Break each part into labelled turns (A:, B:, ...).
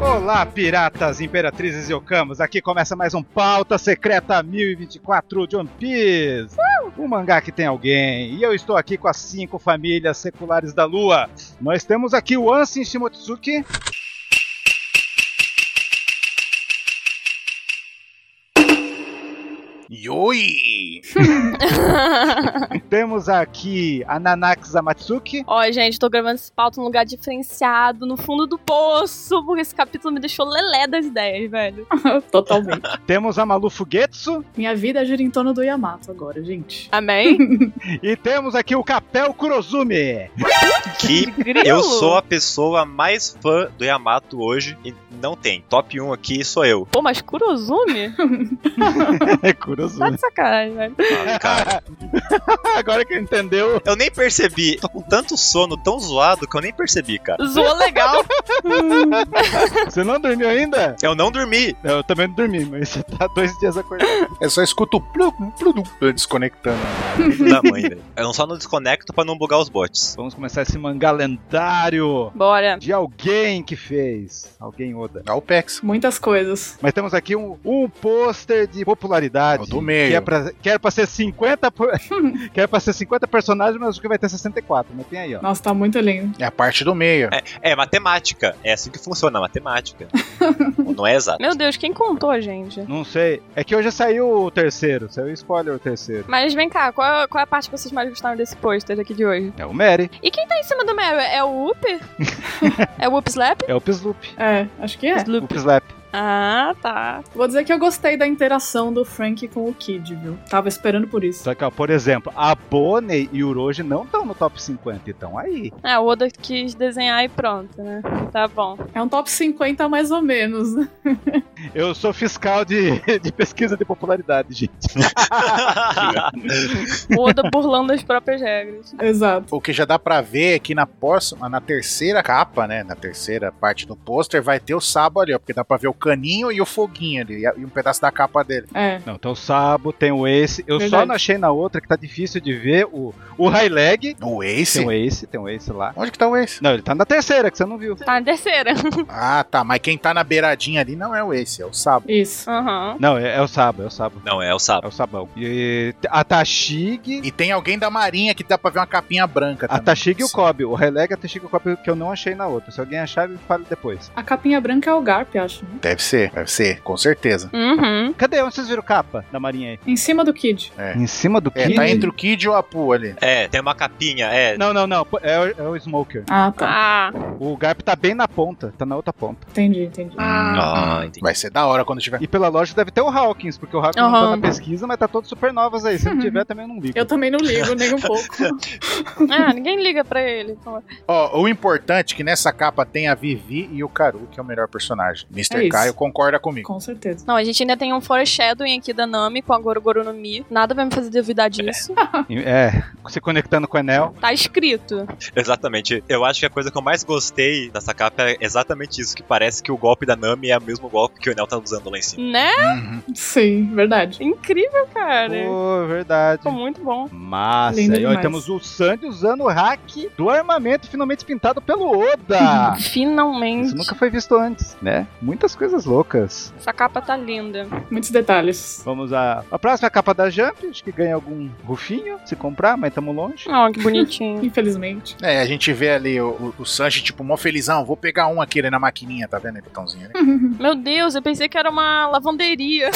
A: Olá, piratas, imperatrizes e okamas! Aqui começa mais um Pauta Secreta 1024 de One Piece! Um mangá que tem alguém, e eu estou aqui com as cinco famílias seculares da lua. Nós temos aqui o Anshin Shimotsuki.
B: Yoi!
A: Temos aqui a Nanaki Zamatsuki.
C: Ó, gente, tô gravando esse pauta num lugar diferenciado, no fundo do poço, porque esse capítulo me deixou lelé das ideias, velho.
D: Totalmente.
A: Temos a Malu Fugetsu.
D: Minha vida gira em torno do Yamato agora, gente.
C: Amém?
A: E temos aqui o Capel Kurozumi.
B: Que
C: Grilo.
B: eu sou a pessoa mais fã do Yamato hoje e não tem. Top 1 aqui sou eu.
C: Pô, mas Kurozumi?
A: É
C: Tá
A: Kurozumi.
C: de sacanagem, velho.
B: Ah, cara.
A: Agora que entendeu.
B: Eu nem percebi. Tô com tanto sono tão zoado que eu nem percebi, cara.
C: Zoou legal.
A: Você não dormiu ainda?
B: Eu não dormi.
A: Eu também não dormi, mas você tá dois dias acordado.
E: Eu É só escuto o plum, plum, plum, desconectando.
B: Filho da mãe, velho. Eu só não desconecto pra não bugar os bots.
A: Vamos começar esse mangá lendário
C: Bora.
A: de alguém que fez. Alguém Oda.
E: É Alpex.
D: Muitas coisas.
A: Mas temos aqui um, um pôster de popularidade.
E: É o do meio.
A: Que é pra, que era pra ser 50. por- que era pra ser 50 personagens, mas acho que vai ter 64. Mas tem aí, ó.
D: Nossa, tá muito lindo.
E: É a parte do meio.
B: É matemática. É assim que funciona a matemática. não é exato.
C: Meu Deus, quem contou, gente?
A: Não sei. É que hoje saiu o terceiro. Saiu o spoiler o terceiro.
C: Mas vem cá, qual, qual é a parte que vocês mais gostaram desse pôster aqui de hoje?
A: É o Mary.
C: E quem tá em cima do Meryl? É o Whoop? é o Whoop Slap?
A: É o Pisloop.
D: É, acho que é.
A: O Pislap.
C: Ah, tá.
D: Vou dizer que eu gostei da interação do Frank com o Kid, viu? Tava esperando por isso.
A: Só que, ó, por exemplo, a Bonnie e o Uroji não estão no top 50, então aí.
C: É, o Oda quis desenhar e pronto, né? Tá bom.
D: É um top 50 mais ou menos, né?
A: Eu sou fiscal de, de pesquisa de popularidade, gente.
C: O Oda burlando as próprias regras.
D: Exato.
E: O que já dá pra ver é que na próxima, na terceira capa, né? Na terceira parte do pôster, vai ter o Sabo ali, ó. Porque dá pra ver o caninho e o foguinho ali. e a- E um pedaço da capa dele.
D: É.
A: Não, tem o Sabo, tem o Ace. Eu só
D: Verdade.
A: não achei na outra que tá difícil de ver o, o High Leg.
E: O
A: Tem
E: Ace?
A: o Ace, tem o Ace lá.
E: Onde que tá o Ace?
A: Não, ele tá na terceira, que você não viu.
C: Tá na terceira.
E: Ah, tá. Mas quem tá na beiradinha ali não é o Ace, é o Sabo.
D: Isso.
C: Aham.
A: Não, é, é o Sabo, é o Sabo.
B: não, é o
A: É
B: sábado.
A: o Sabão. E a Tashig.
E: E tem alguém da marinha que dá pra ver uma capinha branca
A: A
E: também.
A: Tashig e o Kobe. O High Leg, a Tashig e o Kobe que eu não achei na outra. Se alguém achar, me fale depois.
D: A capinha branca é o Garp, acho. né?
E: Deve ser, deve ser, com certeza.
C: Uhum.
A: Cadê? Onde vocês viram capa da marinha aí?
D: Em cima do Kid.
E: É.
A: Em cima do
E: É,
A: Kid?
E: tá entre o Kid e o Apu ali.
B: É, tem uma capinha, é.
A: Não, não, não. É, o- é o Smoker.
D: Ah, tá.
C: Ah,
A: O Garp tá bem na ponta, tá na outra ponta.
D: Entendi, entendi.
B: Ah, entendi.
E: Vai ser da hora quando tiver.
A: E pela loja deve ter o Hawkins, porque o Hawkins não tá
C: Aham.
A: na pesquisa, mas tá todos supernovas aí. Se não tiver, também eu não ligo.
D: Eu também não ligo nem um pouco.
C: ah, ninguém liga pra ele.
E: Ó, o importante é que nessa capa tem a Vivi e o Karu, que é o melhor personagem. Mr.
D: É isso.
E: Caio concorda comigo.
D: Com certeza.
C: Não, a gente ainda tem um foreshadowing aqui da Nami com a Gorogoro no Mi. Nada vai me fazer duvidar disso.
A: É, se conectando com o Enel.
C: Tá escrito.
B: Exatamente. Eu acho que a coisa que eu mais gostei dessa capa é exatamente isso, que parece que o golpe da Nami é o mesmo golpe que o Enel tá usando lá em cima.
C: Né?
E: Uhum.
D: Sim, verdade.
C: Incrível, cara.
A: Pô, verdade.
C: Ficou muito bom.
A: Massa.
D: é. Lindo
A: E aí
D: demais.
A: temos o Sandy usando o hack do armamento finalmente pintado pelo Oda.
C: Finalmente.
A: Isso nunca foi visto antes, né? Muitas coisas loucas.
C: Essa capa tá linda.
D: Muitos detalhes.
A: Vamos à a próxima capa da Jump. Acho que ganha algum rufinho se comprar, mas tamo longe.
C: Ó, que bonitinho.
D: Infelizmente.
E: É, a gente vê ali o, o, o Sanji, tipo, mó felizão. Vou pegar um aqui ali na maquininha, tá vendo? aí, Botãozinho ali.
C: Meu Deus, eu pensei que era uma lavanderia.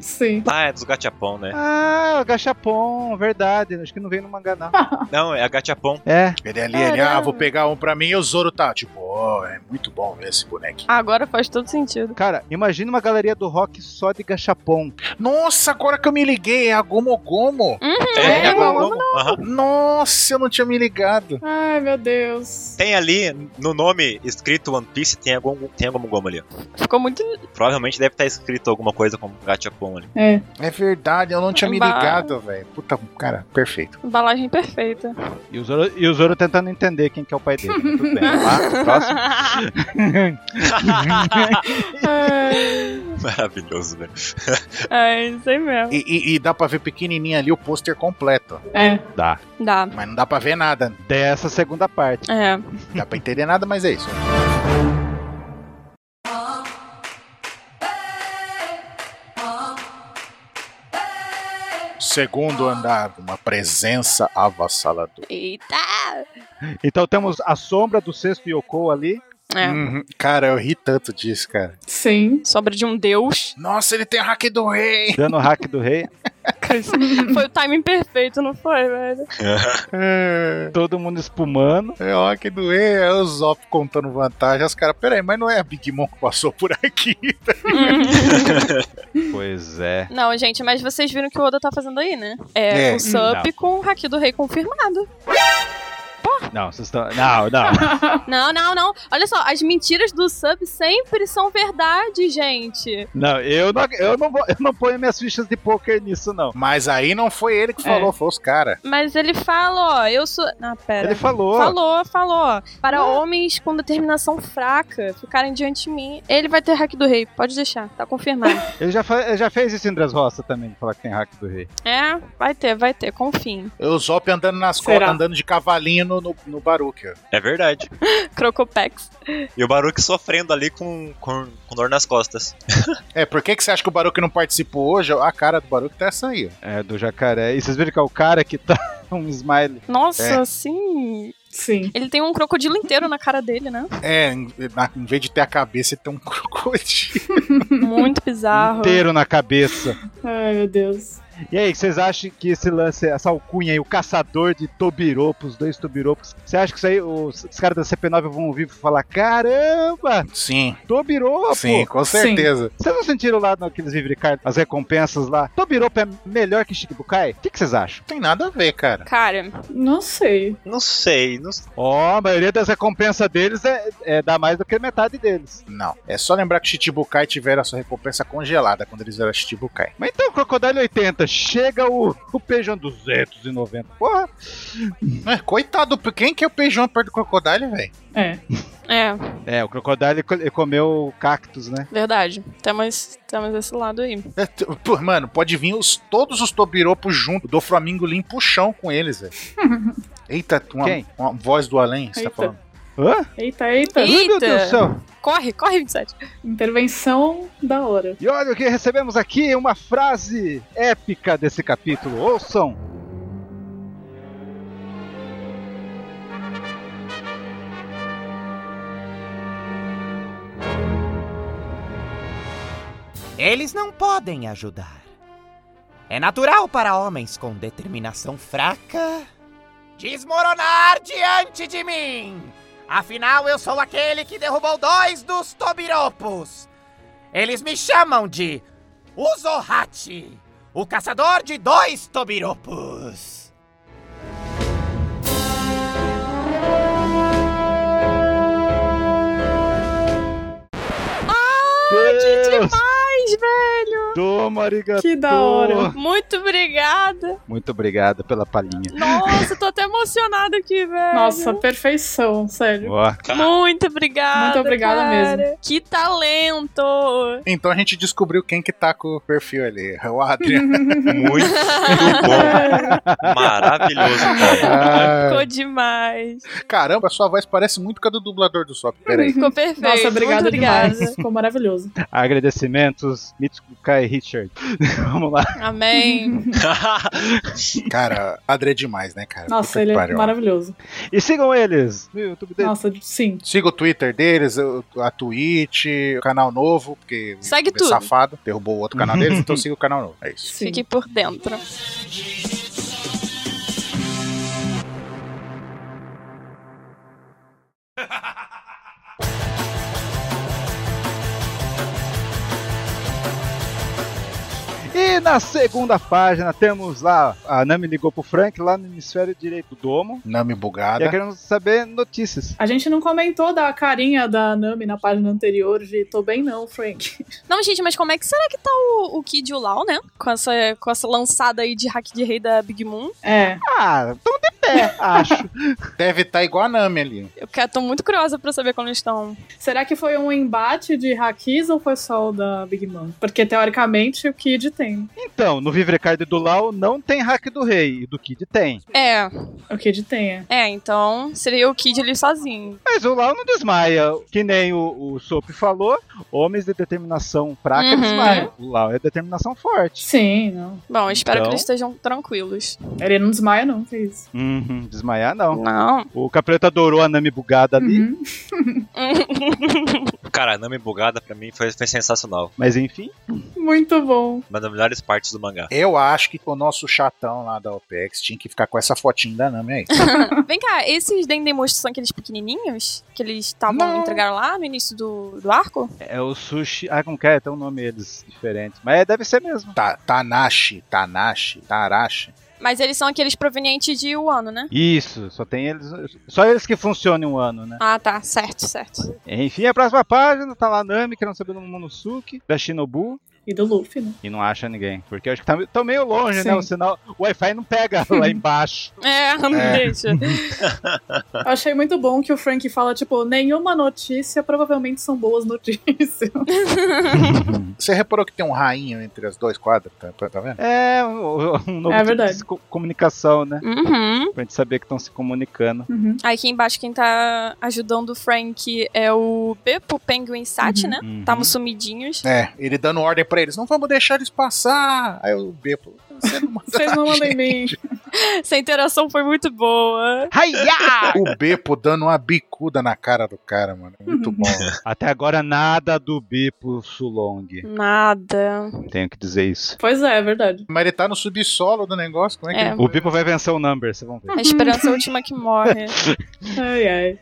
D: Sim.
B: Ah, é dos gachapon, né?
A: Ah, o Gachapon, verdade. Acho que não veio no mangá, não.
B: Não, é a gachapon.
A: É,
E: Ele ali, ele,
C: Caramba.
E: ah, vou pegar um pra mim e o Zoro tá. Tipo, ó, é muito bom ver esse boneco.
C: Ah, Agora faz todo sentido.
A: cara, imagina uma galeria do rock só de Gachapon.
E: Nossa, agora que eu me liguei, é a Gomo Gomo.
C: É,
B: a
C: não,
B: Gomu. Aham.
E: Nossa, eu não tinha me ligado.
D: Ai, meu Deus.
B: Tem ali no nome escrito One Piece, tem algum, tem algum gomo ali.
C: Ficou muito.
B: Provavelmente deve estar escrito alguma coisa como gachapon ali.
D: É.
E: É verdade, eu não tinha me
C: Bah.
E: ligado, velho. Puta, cara, perfeito.
C: Embalagem perfeita.
A: E o Zoro, e o Zoro tentando entender quem que é o pai dele. Mas Tudo bem, vamos lá, próximo.
D: É.
B: Maravilhoso, velho.
C: é, isso aí mesmo.
E: E, e- e dá pra ver pequenininho ali o pôster completo.
D: É.
A: Dá.
C: Dá.
E: Mas não dá pra ver nada. né?
A: Dessa segunda parte.
C: É.
E: Não dá pra entender nada, mas é isso. segundo andar, uma presença avassaladora.
C: Eita!
A: Então temos a sombra do sexto Yoko ali.
C: É.
E: Uhum. Cara, eu ri tanto disso, cara.
D: Sim.
C: Sobra de um deus.
E: Nossa, ele tem o hack do rei!
A: Dando o hack do rei.
C: Foi o timing perfeito, não foi, velho?
E: É,
A: Todo mundo espumando.
E: é o hack do rei, é o Zop contando vantagem. Os caras, peraí, mas não é a Big Mom que passou por aqui?
A: Pois é.
C: não, gente, mas vocês viram o que o Oda tá fazendo aí, né? É,
E: É.
C: o Sup com o Haki do Rei confirmado.
A: Não, vocês estão. Não, não.
C: Não, não, não. Olha só, as mentiras do Sup sempre são verdade, gente.
A: Não, eu não, eu não, vou- eu não ponho minhas fichas de poker nisso, não.
E: Mas aí não foi ele que falou, foi os caras.
C: Mas ele fala, ó, eu sou. Ah, pera.
A: Ele falou.
C: Falou, falou. Para homens com determinação fraca ficarem diante de mim, ele vai ter hack do rei. Pode deixar, tá confirmado.
A: Ele já, fa- ele já fez isso em Dras Roça também, falar que tem hack do rei.
C: é, vai ter, vai ter, confiem.
E: É O Zop andando nas
D: Será?
E: costas, andando de cavalinho no, no, no Baruque. ó.
B: É verdade.
C: Crocopex.
B: E o Baruque sofrendo ali com, com, com dor nas costas.
E: É, por que, que você acha que o Baruque não participou hoje? A cara do Baruque tá essa aí. ó.
A: É, do jacaré. E vocês viram que é o cara que tá um smile.
C: Nossa,
E: É.
C: sim.
D: Sim.
C: Ele tem um crocodilo inteiro na cara dele, né?
E: É, em, na- em vez de ter a cabeça, ele tem um crocodilo.
C: Muito bizarro.
A: inteiro na cabeça.
D: Ai, meu Deus.
A: E aí, vocês acham que esse lance, essa alcunha aí, o caçador de tobiropos, dois tobiropos, você acha que isso aí, os, os caras da CP9 vão ouvir e falar: caramba,
E: Sim,
A: tobiropo!
E: Ah, sim, com certeza.
A: Vocês não sentiram lá naqueles vivricards, as recompensas lá? Tobiropo é melhor que Shikibukai? O que que vocês acham?
E: Não tem nada a ver, cara.
C: Cara,
D: Não sei.
B: Não sei, não sei.
A: Ó, a maioria das recompensas deles é, é dar mais do que metade deles.
E: Não. É só lembrar que Chichibukai tiveram a sua recompensa congelada quando eles eram Chichibukai.
A: Mas então, Crocodile 80, chega o, o Peugeot 290. Porra,
E: É, coitado, quem que é o Peijoão perto do Crocodile, velho?
D: É.
C: é,
A: É, o Crocodile co- ele comeu o cactus, né?
C: verdade. Temos, temos esse lado aí.
E: É, t- pô, mano, pode vir os, todos os Tobiropos junto, do Flamingo limpa o chão com eles, velho. Eita, uma,
A: Quem?
E: uma voz do além, você tá
D: Eita.
E: falando?
A: Hã?
D: Eita, eita.
C: Ih.
A: Ai, meu Deus do céu!
C: Corre, corre, 27.
D: Intervenção da hora.
A: E olha o que recebemos aqui, uma frase épica desse capítulo. Ouçam!
F: Eles não podem ajudar. É natural para homens com determinação fraca desmoronar diante de mim. Afinal, eu sou aquele que derrubou dois dos Tobiropos. Eles me chamam de Uzohachi, o caçador de dois Tobiropos.
A: Deus
C: Mas, velho,
A: do Marigatô.
D: Que da hora.
C: muito obrigada.
A: Muito obrigado pela palhinha.
C: Nossa, tô até emocionada aqui, velho.
D: Nossa, perfeição, sério.
A: Ó,
C: Muito obrigada.
D: Muito obrigada
C: cara.
D: mesmo.
C: Que talento!
E: Então a gente descobriu quem que tá com o perfil ali. É O Adrian.
B: Muito bom. Maravilhoso, cara.
E: Ah,
C: Ficou demais.
E: caramba, a sua voz parece muito com a do dublador do Sop. Peraí.
C: Ficou perfeito.
D: Nossa, obrigada
C: Muito obrigada.
D: demais. Ficou maravilhoso.
A: agradecimentos, Mitsuko Kai Richard. Vamos lá.
C: Amém.
E: Cara, Adrian é demais, né, cara?
D: Uhum. Nossa,
E: Puta que
D: ele é
E: pariu.
D: maravilhoso.
A: E sigam eles no YouTube deles.
D: Nossa, sim.
E: Siga o Twitter deles, o- a Twitch, o canal novo, porque
C: Segue
E: é
C: tudo.
E: safado, derrubou o outro canal deles, então
D: Uhum.
E: siga o canal novo. É isso.
D: Sim.
C: Fiquei por dentro.
A: E na segunda página temos lá, a Nami ligou pro Frank lá no hemisfério direito do domo.
E: Nami
A: E aí
E: bugada.
A: queremos saber notícias.
D: A gente não comentou da carinha da Nami na página anterior de tô bem não, Frank.
C: Não, gente, mas como é que será que tá o, o Kid e o Lau, né? Com essa, com essa lançada aí de hack de rei da Big Moon.
D: É.
A: Ah, tão de pé, acho.
E: Deve estar igual a Nami ali.
C: Eu quero, tô muito curiosa pra saber como eles estão.
D: Será que foi um embate de Hakis ou foi só o da Big Mom? Porque teoricamente o Kid tem.
A: Então, no Vivrecard do Lau não tem hack do rei, e do Kid tem.
C: É,
D: O Kid tem, é.
C: é, então seria o Kid ali sozinho.
A: Mas o Lau não desmaia. Que nem o, o Sop falou, homens de determinação fraca
C: Uhum.
A: desmaiam. O Lau é determinação forte.
D: Sim, não.
C: Bom, eu espero
A: Então?
C: que eles estejam tranquilos.
D: Ele não desmaia, não, que isso.
A: Uhum, desmaiar não.
C: Não.
A: O Capeta adorou a Nami bugada ali,
D: Uhum.
B: Cara, a Nami bugada pra mim foi, foi sensacional.
A: mas enfim.
D: Muito bom.
B: Uma das melhores partes do mangá.
E: Eu acho que o nosso chatão lá da OPEX tinha que ficar com essa fotinha da Nami aí.
C: Vem cá, esses Dendemonstros são aqueles pequenininhos que eles estavam
E: Não.
C: entregaram lá no início do, do arco?
A: É o Sushi. Ah, como que é? Tem um nome eles diferente. Mas é, deve ser mesmo.
E: Ta- Tanashi, Tanashi, Tarashi.
C: Mas eles são aqueles provenientes de Wano, né?
A: Isso, só tem eles. Só eles que funcionam um ano, né?
C: Ah, tá. Certo, certo.
A: Enfim, a próxima página tá lá a Nami querendo saber do Momonosuke, da Shinobu.
D: E do Luffy, né?
A: E não acha ninguém. Porque eu acho que tá, tão meio longe,
D: Sim.
A: né? O sinal. O Wi-Fi não pega lá embaixo.
C: É, não deixa.
D: Eu achei muito bom que o Frank fala, tipo, nenhuma notícia provavelmente são boas notícias.
E: Você reparou que tem um rainho entre as duas quadras? Tá, tá- tá vendo?
A: É um, um novo
D: É
A: tipo
D: verdade.
A: de co- comunicação, né?
C: Uhum.
A: Pra gente saber que estão se comunicando.
D: Uhum.
C: Aí Aqui embaixo quem tá ajudando o Frank é o Beppo Penguin Sat,
D: Uhum.
C: né?
A: Uhum.
C: Estavam sumidinhos.
E: É, ele dando ordem pra eles, não vamos deixar eles passar. Aí o Bepo, você não manda
D: Vocês não
E: na
D: mandam em mim.
C: Essa interação foi muito boa.
A: Haiá!
E: O Bepo dando uma bicuda na cara do cara, mano.
D: Uhum.
E: Muito bom.
A: Até agora nada do Bipo Sulong.
C: Nada.
A: Tenho que dizer isso.
D: Pois é, é verdade.
E: Mas ele tá no subsolo do negócio, como é que
C: É.
E: ele-
A: O Bipo vai vencer o number, vocês vão ver.
C: A esperança é a última que morre.
D: Ai, ai.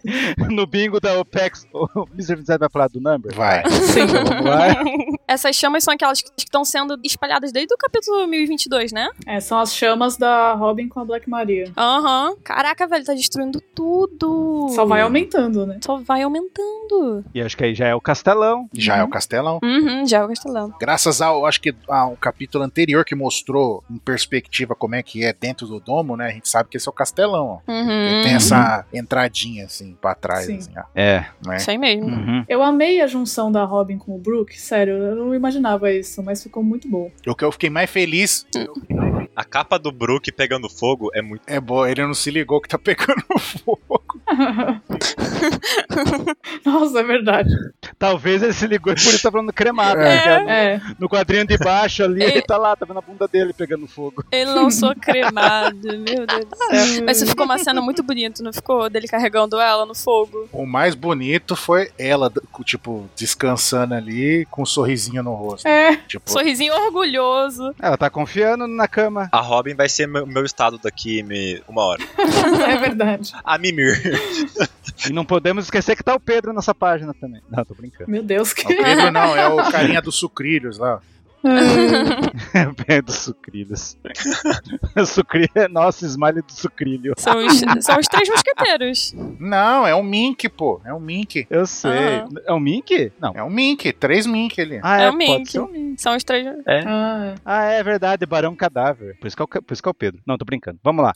A: No bingo da OPEX, o Mr. 27 vai falar do number? Então,
E: Vai.
A: Vamos lá.
C: Essas chamas são aquelas que estão sendo espalhadas desde o capítulo 1022, né?
D: É, são as chamas da Robin com a Black Maria.
C: Aham. Caraca, velho, tá destruindo tudo.
D: Só vai aumentando, né?
C: Só vai aumentando.
A: E acho que aí já é o castelão.
E: Já é o Castelão.
C: Uhum, já é o castelão.
E: Graças ao, acho que ao capítulo anterior que mostrou em perspectiva como é que é dentro do domo, né? A gente sabe que esse é o Castelão, ó. Ele tem
C: Uhum.
E: essa entradinha assim pra trás,
D: Sim.
E: assim, ó,
A: É.
E: né?
C: Isso aí mesmo.
A: Uhum.
D: Eu amei a junção da Robin com o Brook, sério, eu não imaginava isso, mas ficou muito bom.
E: O que eu fiquei mais feliz
B: A capa do Brook pegando fogo é muito.
E: é boa, ele não se ligou que tá pegando fogo.
D: Nossa, é verdade.
A: Talvez ele se ligou e por isso tá falando cremado.
E: É.
A: porque no-
D: É,
A: No quadrinho de baixo ali,
C: É.
A: ele tá lá, tá vendo a bunda dele pegando fogo.
C: Ele lançou cremado, meu Deus do céu. Mas ficou uma cena muito bonita, não ficou? Dele carregando ela no fogo.
E: O mais bonito foi ela, tipo, descansando ali com um sorrisinho no rosto.
D: é.
E: Tipo,
C: Sorrisinho orgulhoso.
A: Ela tá confiando na cama.
B: A Robin vai ser meu, meu estado daqui me- uma hora.
D: É verdade.
B: A Mimir.
A: E não podemos esquecer que tá o Pedro nessa página também. Não, tô brincando.
D: Meu Deus, que.
E: Não, Pedro não, é o carinha dos sucrilhos lá.
C: É.
A: Pedro Sucrilhos. Sucrilho é nosso smile do Sucrilho.
C: São os, são os três mosqueteiros.
E: Não, é um mink, pô. É um mink.
A: Eu sei.
C: Ah.
A: É o Mink? Não.
E: É um mink, três mink ali.
A: Ah,
C: É o
A: pode
C: Mink.
A: ser um Mink.
C: São os três.
D: Ah,
A: Ah, é verdade, Barão Cadáver. Por isso, que é o, ca- por isso que é o Pedro. Não, tô brincando. Vamos lá.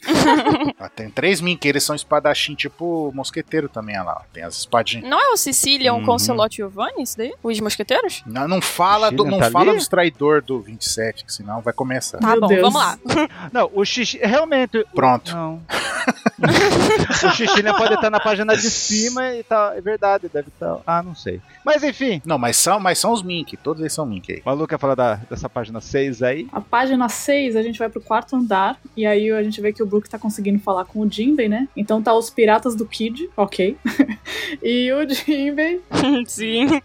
E: Ah, tem três mink, eles são espadachim, tipo mosqueteiro também, olha lá. ó. Tem as espadinhas.
C: Não é o Sicilian
A: Uhum.
C: com o Celote Giovanni, isso daí? Os mosqueteiros?
E: Não, não fala, do,
A: Imagina,
E: não
A: tá
E: fala
A: ali?
E: dos traidor do 27, que senão vai começar.
C: Tá
D: Meu
C: bom,
D: Deus.
C: vamos lá.
A: Não, o xixi. Realmente.
E: Pronto.
A: Não. o xixi né, pode estar na página de cima e tal. É verdade, deve estar. Ah, não sei. Mas enfim.
E: Não, mas são, mas são os mink, todos eles são mink aí.
A: O maluco quer falar da- dessa página 6 aí.
D: a página 6, a gente vai pro quarto andar, e aí a gente vê que o Brook tá conseguindo falar com o Jinbei, né? Então tá os piratas do Kid, ok. e o Jinbei.
C: Sim.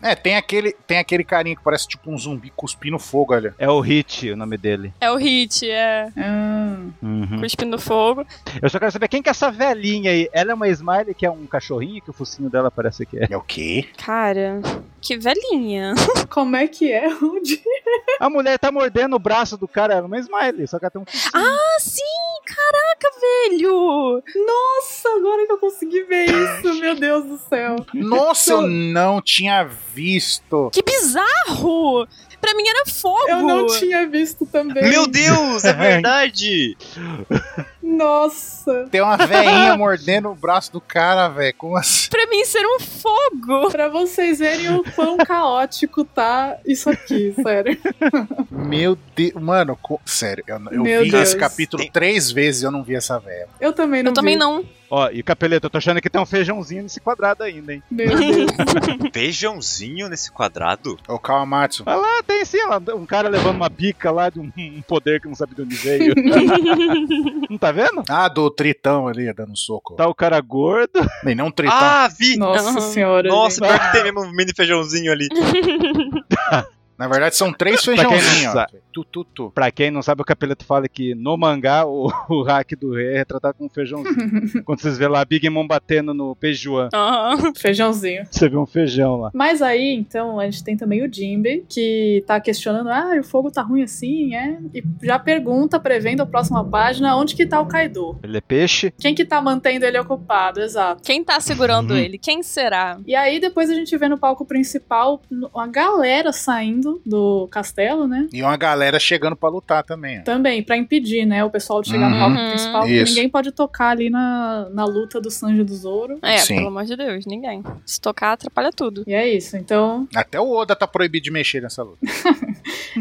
E: É, tem aquele, tem aquele carinha que parece tipo um zumbi cuspindo fogo, olha.
A: É o Hit, o nome dele.
C: É o Hit, é.
D: Ah,
C: Cuspindo fogo.
A: Eu só quero saber quem que é essa velhinha aí. Ela é uma Smiley que é um cachorrinho que o focinho dela parece que é.
E: É o quê?
C: Cara, que velhinha.
D: como é que é o Jinbei?
A: A mulher tá mordendo o braço do cara, ela é uma Smiley, só que ela tem um focinho.
C: Ah, sim! Caraca, velho!
D: Nossa, agora que eu consegui ver isso, meu Deus do céu.
E: Nossa, eu não tinha visto.
C: Que bizarro! Pra mim era fogo!
D: Eu não tinha visto também.
B: Meu Deus, é verdade!
D: Nossa!
E: Tem uma veinha mordendo o braço do cara, velho. Como assim?
C: Pra mim, ser um fogo.
D: Pra vocês verem o quão caótico tá isso aqui, sério.
E: Meu Deus. Mano, co- sério, eu, eu
D: Meu
E: vi
D: Deus.
E: esse capítulo
B: Tem-
E: três vezes e eu não vi essa véia.
D: Eu também não
C: Eu também
D: vi.
C: não.
A: Ó, e Capeleto, eu tô achando que tem um feijãozinho nesse quadrado ainda, hein?
D: Meu Deus.
B: Feijãozinho nesse quadrado?
E: Ô, calma, Matsu.
A: Olha lá, tem sim, olha lá, um cara levando uma bica lá de um, um poder que não sabe de onde veio. não tá vendo?
E: Ah, do tritão ali, dando um soco.
A: Tá o cara gordo.
E: Nem não um tritão.
B: Ah, vi!
D: Nossa
C: Aham.
D: senhora.
B: Nossa,
D: gente.
B: pior que tem mesmo um mini feijãozinho ali.
E: Na verdade, são três
A: quem não
E: feijãozinhos, ó.
A: sabe.
E: Tu, tu, tu.
A: Pra quem não sabe, o Capeleto fala que no mangá o, o hack do rei é retratado com um feijãozinho. Quando vocês vê lá Big Mom batendo no Peijuan,
C: Aham.
D: Feijãozinho.
A: você vê um feijão lá.
D: Mas aí, então, a gente tem também o Jimbe, que tá questionando, ah, o fogo tá ruim assim, é? E já pergunta, prevendo a próxima página, onde que tá o Kaido?
A: Ele é peixe?
D: Quem que tá mantendo ele ocupado, exato.
C: Quem tá segurando
B: Uhum.
C: ele? Quem será?
D: E aí depois a gente vê no palco principal a galera saindo do castelo, né?
E: E uma galera chegando pra lutar também, ó.
D: Também, pra impedir, né, o pessoal de chegar no
E: Uhum.
D: palco principal, porque
E: Isso.
D: ninguém pode tocar ali na, na luta do Sanji e do Zoro.
C: É,
E: Sim.
C: pelo amor de Deus, ninguém. Se tocar, atrapalha tudo.
D: E é isso, então,
E: Até o Oda tá proibido de mexer nessa luta.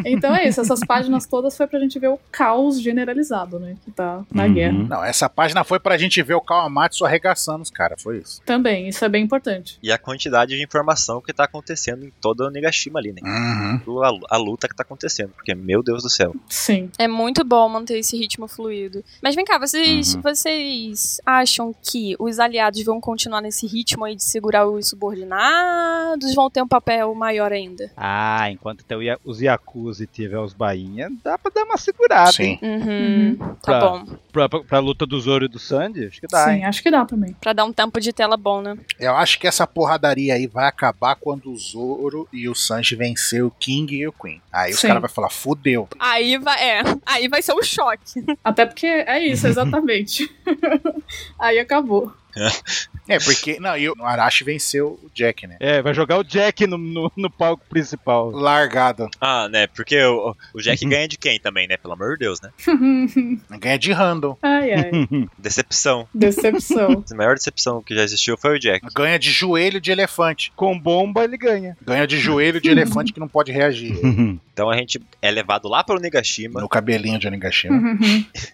D: então é isso. Essas páginas todas foi pra gente ver o caos generalizado, né? Que tá na
E: Uhum.
D: guerra.
E: Não, essa página foi pra gente ver o Kawamatsu arregaçando os caras, foi isso.
D: Também, isso é bem importante.
B: E a quantidade de informação que tá acontecendo em toda a Nigashima ali, né?
E: Uhum.
B: A, a luta que tá acontecendo, porque, meu Deus do céu.
D: Sim.
C: É muito bom manter esse ritmo fluido. Mas vem cá, vocês,
E: Uhum.
C: vocês acham que os aliados vão continuar nesse ritmo aí de segurar os subordinados? Vão ter um papel maior ainda?
A: Ah, enquanto tem o Ya- os Yakuza e tiver os bainha, dá pra dar uma segurada. hein?
E: Sim.
C: Uhum.
A: Tá.
C: Tá bom.
A: Pra, pra, pra luta do Zoro e do Sandy, acho que dá,
D: Sim,
A: hein?
D: acho que dá também.
C: Pra dar um tempo de tela bom, né?
E: Eu acho que essa porradaria aí vai acabar quando o Zoro e o Sanji vencer o King e o Queen. Aí os
D: Sim.
E: caras vão falar, fudeu.
C: Aí vai, é, aí vai ser um choque.
D: Até porque é isso, exatamente. Aí acabou.
E: É, porque. Não, e o Arashi venceu o Jack, né?
A: É, vai jogar o Jack no, no, no palco principal.
E: Largada.
B: Ah, né? Porque o, o Jack ganha de quem também, né? Pelo amor de Deus, né?
E: Ganha de Randall.
D: ai, ai.
B: Decepção.
D: Decepção.
B: A maior decepção que já existiu foi o Jack.
E: Ganha de joelho de elefante.
A: Com bomba ele ganha.
E: Ganha de joelho de elefante que não pode reagir.
B: Então a gente é levado lá para o Nigashima,
E: No cabelinho de
A: É.
D: Uhum.
E: Onigashima.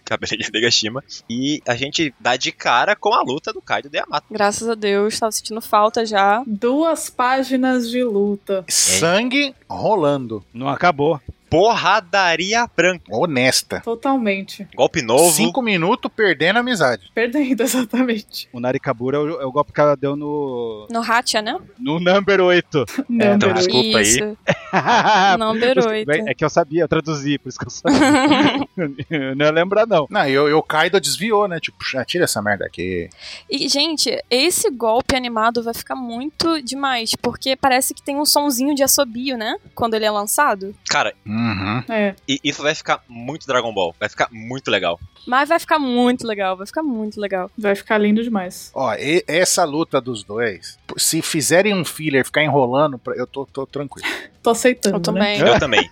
B: cabelinho de Nigashima, e a gente dá de cara com a luta do Kaido de Yamato.
C: Graças a Deus, tava sentindo falta já.
D: Duas páginas de luta.
E: Sangue rolando.
A: Não acabou.
B: Porradaria branca.
E: Honesta.
D: Totalmente.
B: Golpe novo.
E: Cinco minutos perdendo a amizade.
D: Perdendo, exatamente.
A: O Narikabura é o, é o golpe que ela deu no.
C: No Hatcha, né?
A: No number 8.
D: Não,
B: então,
D: Beru.
B: desculpa. aí. Ah,
C: Isso. Number oito.
A: É que eu sabia, eu traduzi, por isso que eu sabia. eu não ia lembrar, não.
E: Não, e o- e o Kaido desviou, né? Tipo, "Puxa, tira essa merda aqui.
C: E, gente, esse golpe animado vai ficar muito demais, porque parece que tem um sonzinho de assobio, né? Quando ele é lançado.
B: Cara,
E: Uhum.
D: É.
B: e isso vai ficar muito Dragon Ball. Vai ficar muito legal.
C: Mas vai ficar muito legal, vai ficar muito legal.
D: Vai ficar lindo demais.
E: Ó, e- essa luta dos dois, se fizerem um filler e ficar enrolando, pra- eu tô, tô tranquilo.
D: Tô aceitando.
C: Eu também.
B: Eu também.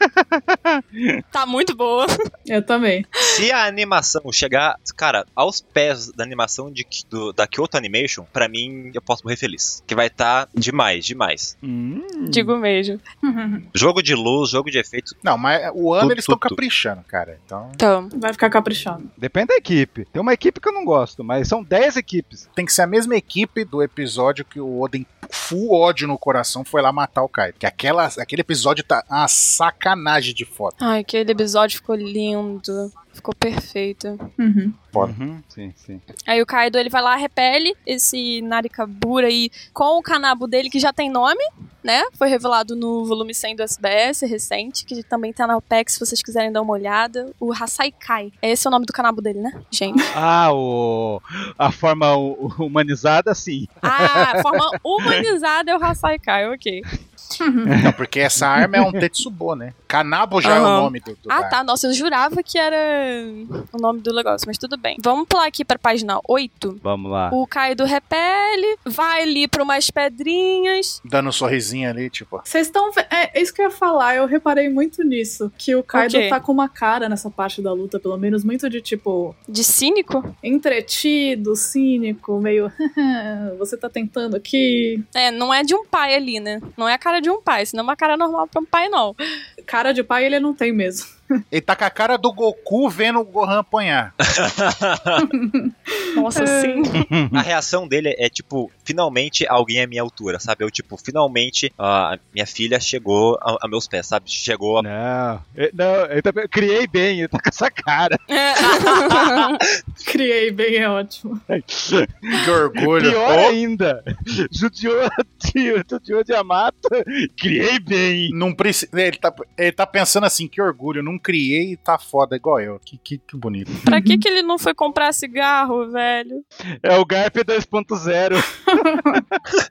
C: Tá muito boa.
D: Né? Eu também.
B: Se a animação chegar, cara, aos pés da animação de, Ki- do- da Kyoto Animation, pra mim, eu posso morrer feliz. Que vai estar demais, demais.
A: Hum.
C: Digo mesmo.
B: Jogo de luz, jogo de efeito.
E: Não, mas o ano
B: Tudo,
E: eles estão
B: tudo, tudo.
E: caprichando, cara. Então
C: Então,
D: Vai ficar caprichado.
A: Depende da equipe. Tem uma equipe que eu não gosto, mas são 10 equipes.
E: tem que ser a mesma equipe do episódio que o Oden, full ódio no coração, foi lá matar o Kaido. Que aquela, aquele episódio tá uma sacanagem de foto.
C: ai, aquele episódio ficou lindo. Ficou perfeito.
D: Uhum.
E: Foda.
A: Uhum, Sim, sim.
C: Aí o Kaido, ele vai lá, repele esse Narikabura aí com o canabo dele, que já tem nome, né? Foi revelado no volume 100 do SBS, recente, que também tá na OPEX, se vocês quiserem dar uma olhada. O Hasaikai. Esse é o nome do canabo dele, né, gente?
A: Ah, o, a forma hu- humanizada, sim.
C: Ah, a forma humanizada é o Hasaikai, ok.
E: Não, porque essa arma é um Tetsubo, né? Kanabo já é
C: Aham.
E: o nome do, do
C: Ah,
E: da-
C: tá. Nossa, eu jurava que era o nome do negócio, mas tudo bem. Vamos pular aqui pra página 8.
A: Vamos lá.
C: O Kaido repele, vai ali pra umas pedrinhas.
E: Dando um sorrisinho ali, tipo.
D: Vocês estão. ve- É, é isso que eu ia falar, eu reparei muito nisso. Que o Kaido
C: quê?
D: tá com uma cara nessa parte da luta, pelo menos, muito de tipo.
C: De cínico?
D: entretido, cínico, meio. você tá tentando aqui.
C: É, não é de um pai ali, né? Não é a cara de um pai, senão é uma cara normal pra um pai, não.
D: Cara de pai ele não tem mesmo.
E: Ele tá com a cara do Goku vendo o Gohan apanhar.
C: Nossa, sim.
B: A reação dele é tipo, finalmente alguém à minha altura, sabe? Eu, tipo, finalmente a minha filha chegou a, a meus pés, sabe? Chegou a.
A: Não, eu, não, eu também- eu criei bem, eu tô com essa cara.
C: É.
D: Criei bem, é ótimo.
E: Que orgulho.
A: Pior
E: Ô,
A: ainda, judiou, judiou de Yamato, criei bem.
E: Não preci- ele, tá, ele tá pensando assim, que orgulho, não criei e tá foda igual eu. Que, que, que bonito.
C: pra que, que ele não foi comprar cigarro, velho?
A: É o Garp 2.0.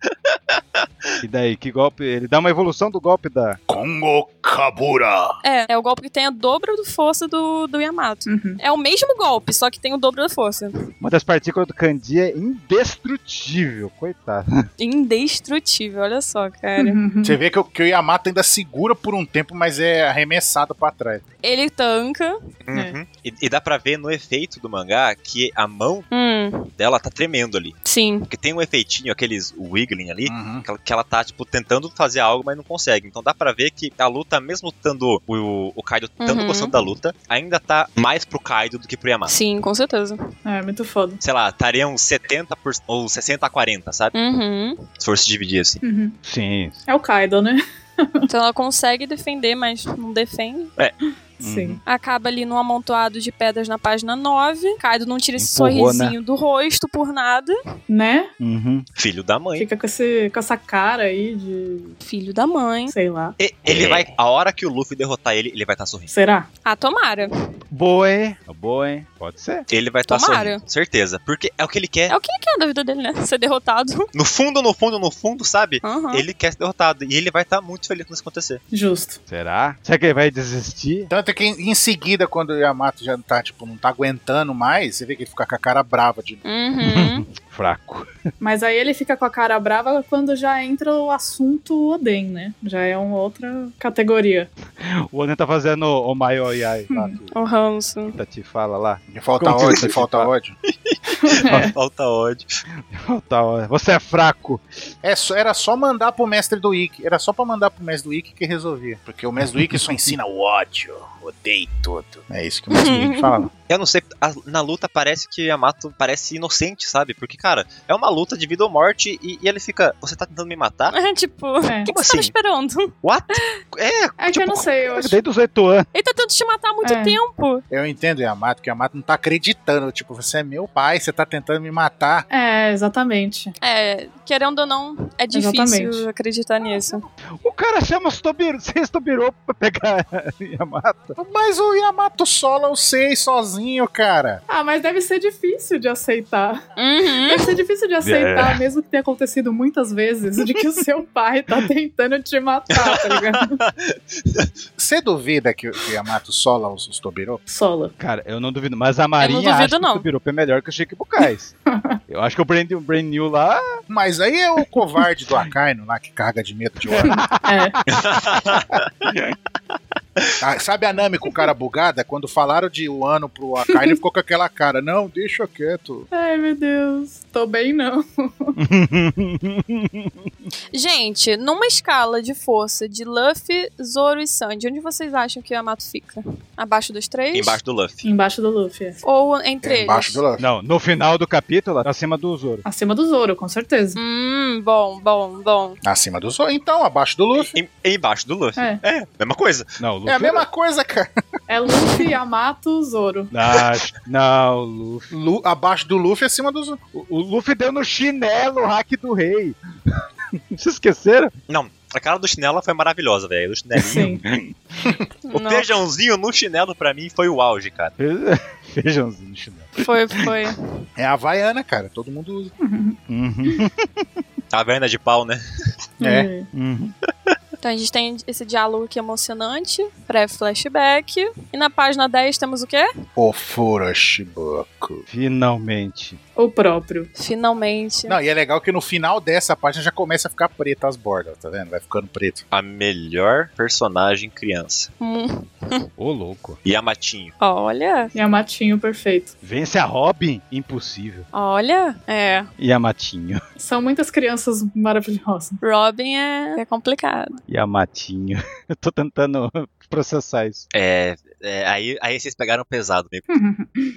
A: e daí, que golpe? Ele dá uma evolução do golpe da.
E: Kongo Kabura.
C: É, é o golpe que tem a dobro do força do, do Yamato.
D: Uhum.
C: É o mesmo golpe, só que tem o dobro da força.
A: Uma das partículas do Kandi é indestrutível, coitado.
C: Indestrutível, olha só, cara.
D: Uhum.
E: Você vê que, o- que o Yamato ainda segura por um tempo, mas é arremessado pra trás.
C: Ele tanca.
B: Uhum. E, e dá pra ver no efeito do mangá que a mão
C: Hum,
B: dela tá tremendo ali.
C: sim.
B: Porque tem um efeitinho, aqueles wiggling ali,
E: Uhum.
B: que ela- que ela tá, tipo, tentando fazer algo, mas não consegue. Então dá pra ver que a luta, mesmo estando o, o Kaido tanto
C: Uhum.
B: gostando da luta, ainda tá mais pro Kaido do que pro Yamato.
C: Sim, com certeza.
D: É, muito foda.
B: Sei lá, estaria uns 70% ou 60 a 40, sabe?
C: Uhum.
B: Se for se dividir assim.
D: Uhum.
A: Sim.
D: É o Kaido, né?
C: Então ela consegue defender, mas não defende.
D: Sim.
C: Acaba ali num amontoado de pedras na página 9. Kaido não tira esse
A: Empurrou,
C: sorrisinho do rosto por nada.
D: Né?
A: Uhum.
B: Filho da mãe.
D: Fica com, esse, com essa cara aí de.
C: Filho da mãe.
D: sei lá.
B: E-
C: É.
B: ele vai. A hora que o Luffy derrotar ele, ele vai estar sorrindo.
D: Será?
C: Ah, tomara.
A: Boa, hein? É Boa, hein? Pode ser.
B: Ele vai estar
C: Tomara.
B: sorrindo. Certeza. Porque é o que ele quer.
C: É o que ele quer da vida dele, né? Ser derrotado.
B: No fundo, no fundo, no fundo, sabe?
C: Aham.
B: Ele quer ser derrotado. E ele vai estar muito feliz quando isso acontecer.
D: Justo.
A: Será? Será que ele vai desistir?
E: Tanto Então, que em em seguida, quando o Yamato já tá, tipo, não tá aguentando mais, você vê que ele fica com a cara brava de
C: Uhum.
A: Fraco.
D: Mas aí ele fica com a cara brava quando já entra o assunto Oden, né? Já é uma outra categoria.
A: O Oden tá fazendo o maior yai lá que
C: O ranço.
A: o Tati fala lá.
E: "Me falta
A: Como que
E: ódio,
A: você
E: me falta
A: fala?
E: ódio.
D: É.
B: Falta ódio.
A: Falta hora. Você é fraco.
E: É, só- era só mandar pro mestre do Ikki. Era só pra mandar pro mestre do Ikki que resolvia. Porque o mestre do Ikki só ensina o ódio. Odeio tudo. É isso que o mestre do Ikki fala.
B: Eu não sei, a- na luta parece que Yamato parece inocente, sabe? Porque, cara, é uma luta de vida ou morte e, e ele fica. Você tá tentando me matar?
C: É, tipo, o
D: É,
C: que, que
B: Como
C: você
B: assim?
C: tava esperando?
B: What? É,
D: é que eu não sei, eu acho.
A: Desde os oito anos.
C: Ele tá tentando te matar há muito
D: É.
C: tempo.
E: Eu entendo o Yamato, que o Yamato não tá acreditando. Tipo, você é meu pai, você tá tentando me matar.
D: É, exatamente.
C: É, querendo ou não, é difícil
D: Exatamente.
C: acreditar nisso.
A: O cara chama os Tobiro, seis Tobiro pra pegar Yamato.
E: Mas o Yamato sola o Sei sozinho, cara.
D: Ah, mas deve ser difícil de aceitar.
C: Uhum.
D: Deve ser difícil de aceitar, mesmo que tenha acontecido muitas vezes, de que o seu pai tá tentando te matar, tá ligado?
E: Você duvida que, o- que o Yamato sola os, os Tobiro?
D: Sola.
A: Cara, eu não duvido, mas a Marinha
C: duvido,
A: acha
C: não.
A: que o Tubirupa é melhor que o Shikibukais. eu acho que o Brand, o Brand New lá...
E: Mas aí é o covarde do Akainu lá, que carga de medo de ódio.
D: É.
E: Ah, sabe a Nami com cara bugada? Quando falaram de o ano pro Akainu, ele ficou com aquela cara. Não, deixa quieto.
D: Ai, meu Deus. Tô bem, não.
C: Gente, numa escala de força de Luffy, Zoro e Sanji, onde vocês acham que o Yamato fica? Abaixo dos três?
B: embaixo do Luffy.
D: Embaixo do Luffy. é.
C: Ou entre eles?
E: Embaixo do Luffy.
A: Não, no final do capítulo, tá acima do Zoro.
D: Acima do Zoro, com certeza.
C: Hum, bom, bom, bom.
E: Acima do Zoro, então, abaixo do Luffy.
B: Em- embaixo do Luffy.
D: É.
B: É, mesma coisa.
A: Não, o Luffy...
E: É a mesma coisa, cara.
D: É Luffy, Yamato, Zoro.
A: Ah, acho- não, o Luffy...
E: Lu- abaixo do Luffy, acima do Zoro.
A: O, o Luffy deu no chinelo o hack do rei. Vocês esqueceram?
B: Não, a cara do chinelo foi maravilhosa, velho. Do chinelinho.
D: Sim.
B: O
C: Não,
B: feijãozinho no chinelo pra mim foi o auge, cara.
A: Feijãozinho no chinelo.
C: foi, foi.
E: É a Havaiana, cara. Todo mundo usa.
A: Uhum,
B: Taverna de pau, né?
E: É.
A: uhum.
C: Então a gente tem esse diálogo aqui emocionante, pré-flashback. E na página 10 temos o quê?
E: O Furoshiboku.
A: Finalmente.
D: O próprio.
C: Finalmente.
E: Não, e é legal que no final dessa página já começa a ficar preta as bordas, tá vendo? Vai ficando preto.
B: A melhor personagem criança.
C: Hum,
A: Ô, louco.
B: Yamatinho.
C: olha,
D: Yamatinho perfeito.
A: Vence a Robin? Impossível.
C: olha. É,
A: Yamatinho.
D: São muitas crianças maravilhosas.
C: Robin é, é complicado.
A: Yamatinho. Eu tô tentando processar isso.
B: É, é, aí, aí vocês pegaram pesado comigo.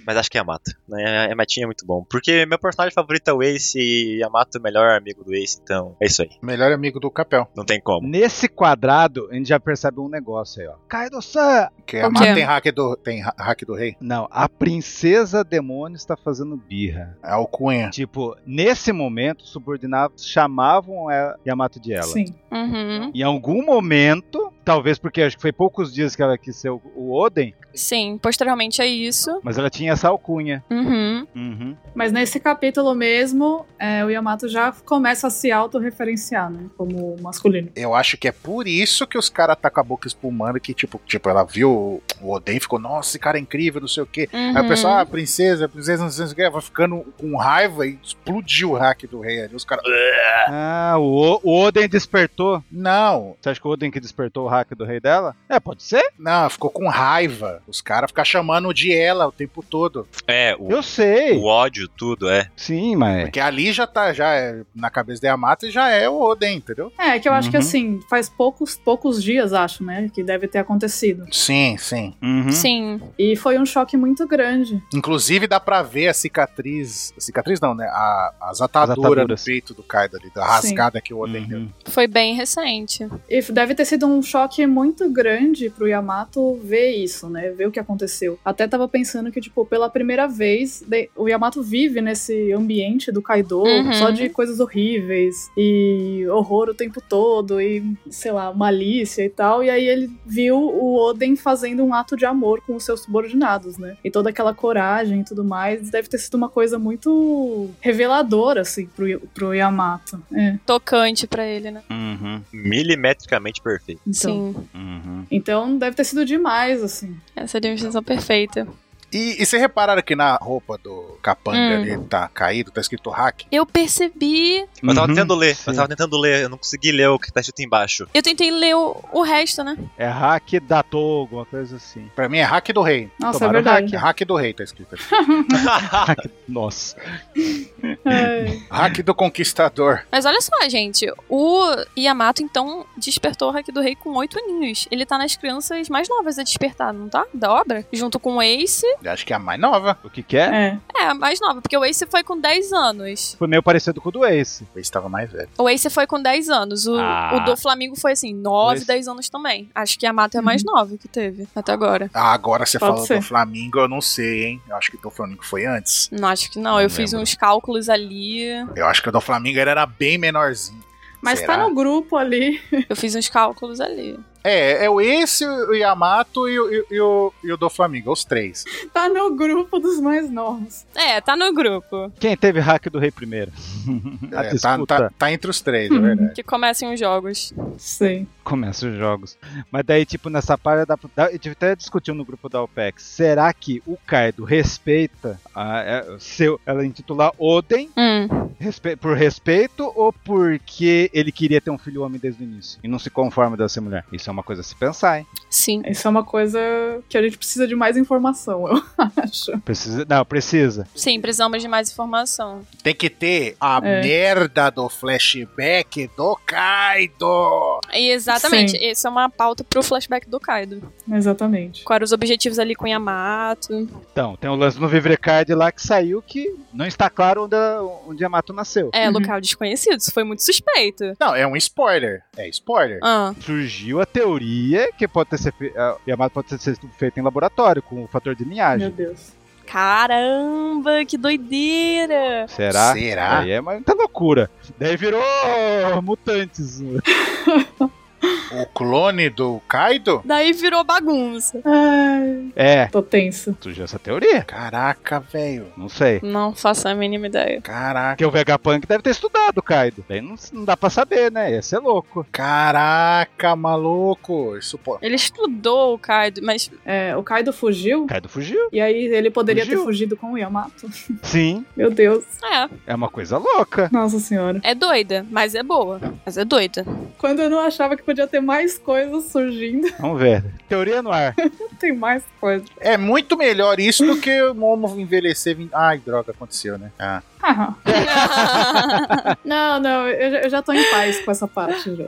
B: Mas acho que é Yamato. Né? Yamatinho é muito bom. Porque meu personagem favorito é o Ace e Yamato é o melhor amigo do Ace, então é isso aí.
E: Melhor amigo do Capel.
B: Não tem como.
A: Nesse quadrado, a gente já percebe um negócio aí, ó. Kaido-san!
E: Que a
C: O
E: Mata
C: quê?
E: tem hack do, tem ha- hack do rei.
A: Não, a princesa demônio está fazendo birra.
E: É o Cunha.
A: Tipo, nesse momento, os subordinados chamavam ela- Yamato de ela.
D: Sim.
C: Uhum.
A: Em algum momento, talvez porque acho que foi poucos dias que ela quis ser o- o Oden,
C: Sim, posteriormente é isso.
A: mas ela tinha essa alcunha.
C: Uhum.
A: Uhum.
D: Mas nesse capítulo mesmo, é, o Yamato já começa a se autorreferenciar, né? Como masculino.
E: Eu acho que é por isso que os caras tá com a boca espumando, que tipo, tipo, ela viu o- o Oden e ficou, nossa, esse cara é incrível, não sei o quê.
C: uhum.
E: Aí o pessoal, ah, princesa, princesa, não sei o quê, vai ficando com raiva e explodiu o hack do rei ali. Os caras, "Ugh".
A: Ah, o, O- o Oden despertou.
E: não,
A: Você acha que o Oden que despertou o hack do rei dela? É, pode ser.
E: não, ficou com raiva. Os caras ficam chamando de ela o tempo todo.
B: É, o,
A: Eu sei.
B: o ódio, tudo, é.
A: Sim, mas.
E: Porque ali já tá, já é, na cabeça da Yamato já é o Oden, entendeu?
D: É, que eu acho que
A: Uhum.
D: assim, faz poucos, poucos dias, acho, né? Que deve ter acontecido.
E: Sim, sim.
A: Uhum.
C: Sim.
D: E foi um choque muito grande.
E: Inclusive dá pra ver a cicatriz. A cicatriz não, né? A, as ataduras
A: ataduras.
E: no peito do Kaido ali, da rasgada que o Oden deu.
A: Uhum.
C: Foi bem recente.
D: E deve ter sido um choque muito grande pro Yamato ver isso, né? Ver o que aconteceu. Até tava pensando que, tipo, pela primeira vez, de- o Yamato vive nesse ambiente do Kaido,
C: Uhum.
D: só de coisas horríveis e horror o tempo todo e, sei lá, malícia e tal. E aí ele viu o Oden fazendo um ato de amor com os seus subordinados, né? E toda aquela coragem e tudo mais. Deve ter sido uma coisa muito reveladora, assim, pro, pro Yamato. É,
C: Tocante pra ele, né?
A: Uhum.
B: Milimetricamente perfeito.
D: então.
C: Sim.
A: Uhum.
D: Então deve ter sido demais, assim.
C: Essa é a dimensão perfeita.
E: E, e vocês repararam que na roupa do Capanga
C: Hum.
E: ali tá caído, tá escrito hack?
C: Eu percebi.
B: Eu tava
A: Uhum,
B: tentando ler,
A: sim.
B: eu tava tentando ler, eu não consegui ler o que tá escrito embaixo.
C: Eu tentei ler o, o resto, né?
A: É hack da Togo, alguma coisa assim.
E: Pra mim é hack do rei.
D: Nossa,
A: Tomaram
D: é verdade.
E: É hack do rei, tá escrito. ali.
A: Nossa.
D: É.
E: hack do conquistador.
C: Mas olha só, gente. O Yamato, então, despertou o Haki do Rei com oito aninhos. Ele tá nas crianças mais novas a despertar, não tá? Da obra. Junto com o Ace.
E: Eu acho que é a mais nova.
A: O que que é?
D: É.
C: É, a mais nova, porque o Ace foi com 10 anos.
A: Foi meio parecido com o do Ace.
E: Ele estava mais velho.
C: O Ace foi com 10 anos. O,
A: Ah.
C: o do Flamengo foi assim,
A: O
C: 9,
A: Ace-
C: 10 anos também. Acho que a Mata é a mais nova que teve até agora.
E: Ah, agora você
D: Pode
E: falou
D: ser.
E: do Flamengo, eu não sei, hein? Eu acho que do Flamengo foi antes.
C: Não, acho que não.
E: Não
C: Eu fiz
E: lembro.
C: uns cálculos ali.
E: Eu acho que o do Flamengo era bem menorzinho.
D: Mas
E: Será?
D: tá no grupo ali.
C: Eu fiz uns cálculos ali.
E: É, é o esse, o Yamato e, o- e, e o, e o do Flamengo, os três.
D: Tá no grupo dos mais novos.
C: É, tá no grupo.
A: Quem teve hack do rei primeiro? A
E: É, tá,
A: disputa.
E: tá- tá entre os três, é verdade.
C: Que comecem os jogos.
D: Sim.
A: Começa os jogos. Mas daí, tipo, nessa parte, dá, pra- dá, eu tive até discutiu no grupo da OPEX. Será que o Kaido respeita a, é, seu, ela intitular Oden
C: Hum.
A: respe- por respeito ou porque ele queria ter um filho homem desde o início e não se conforma dessa mulher? Isso é uma coisa a se pensar, hein?
C: Sim.
D: Isso é uma coisa que a gente precisa de mais informação, eu acho.
A: Precisa, não, precisa.
C: Sim, precisamos de mais informação.
E: Tem que ter a
D: É.
E: merda do flashback do Kaido.
C: E exatamente,
D: Sim.
C: isso é uma pauta pro flashback do Kaido.
D: Exatamente.
C: Quais eram os objetivos ali com Yamato?
A: Então, tem o lance no Vivre Card lá que saiu que não está claro onde, a- onde Yamato nasceu.
C: É,
D: Uhum.
C: local desconhecido. Isso foi muito suspeito.
E: Não, é um spoiler. É spoiler.
C: Ah.
A: Surgiu a teoria que pode ter sido Yamato pode ter sido feito em laboratório com o fator de
D: Meu
A: linhagem.
D: Deus.
C: Caramba, que doideira!
A: Ah, Será?
E: Será?
A: oh, Aí é muita loucura. Daí virou mutantes.
E: O clone do Kaido?
C: Daí virou bagunça.
D: Ai,
A: É,
D: tô tenso.
A: surgiu essa teoria.
E: Caraca, velho.
A: Não sei.
C: Não faço a mínima ideia.
E: Caraca,
A: Porque o Vegapunk deve ter estudado o Kaido. Daí não, não dá pra saber, né? Ia ser louco.
E: caraca, maluco. Isso pô.
C: Ele estudou o Kaido, mas
D: É, o Kaido fugiu.
A: O Kaido fugiu.
D: E aí ele poderia
A: Fugiu?
D: ter fugido com o Yamato.
A: Sim,
D: Meu Deus.
C: é,
A: é uma coisa louca.
D: Nossa senhora.
C: é doida, mas é boa. Mas é doida.
D: Quando eu não achava que podia ter mais coisas surgindo,
A: Vamos ver. Teoria no ar.
D: tem mais coisas.
E: É muito melhor isso do que o Momo envelhecer. vin- Ai, droga, aconteceu, né? Ah.
D: Ah, não, não, eu, já- eu já tô em paz com essa parte. Já.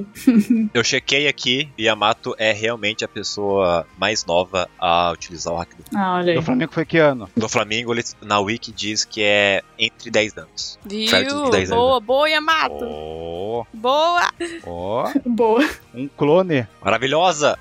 B: Eu chequei aqui, Yamato é realmente a pessoa mais nova a utilizar o hack do
D: Ah, olha aí.
A: O Flamengo foi que ano?
B: do Flamengo. Ele, na Wiki diz que é entre 10 anos.
C: Viu?
B: Certo, dez anos.
C: Boa, boa, Yamato.
A: Ó,
C: Boa.
A: ó,
D: Boa.
A: um clone.
B: Maravilhosa!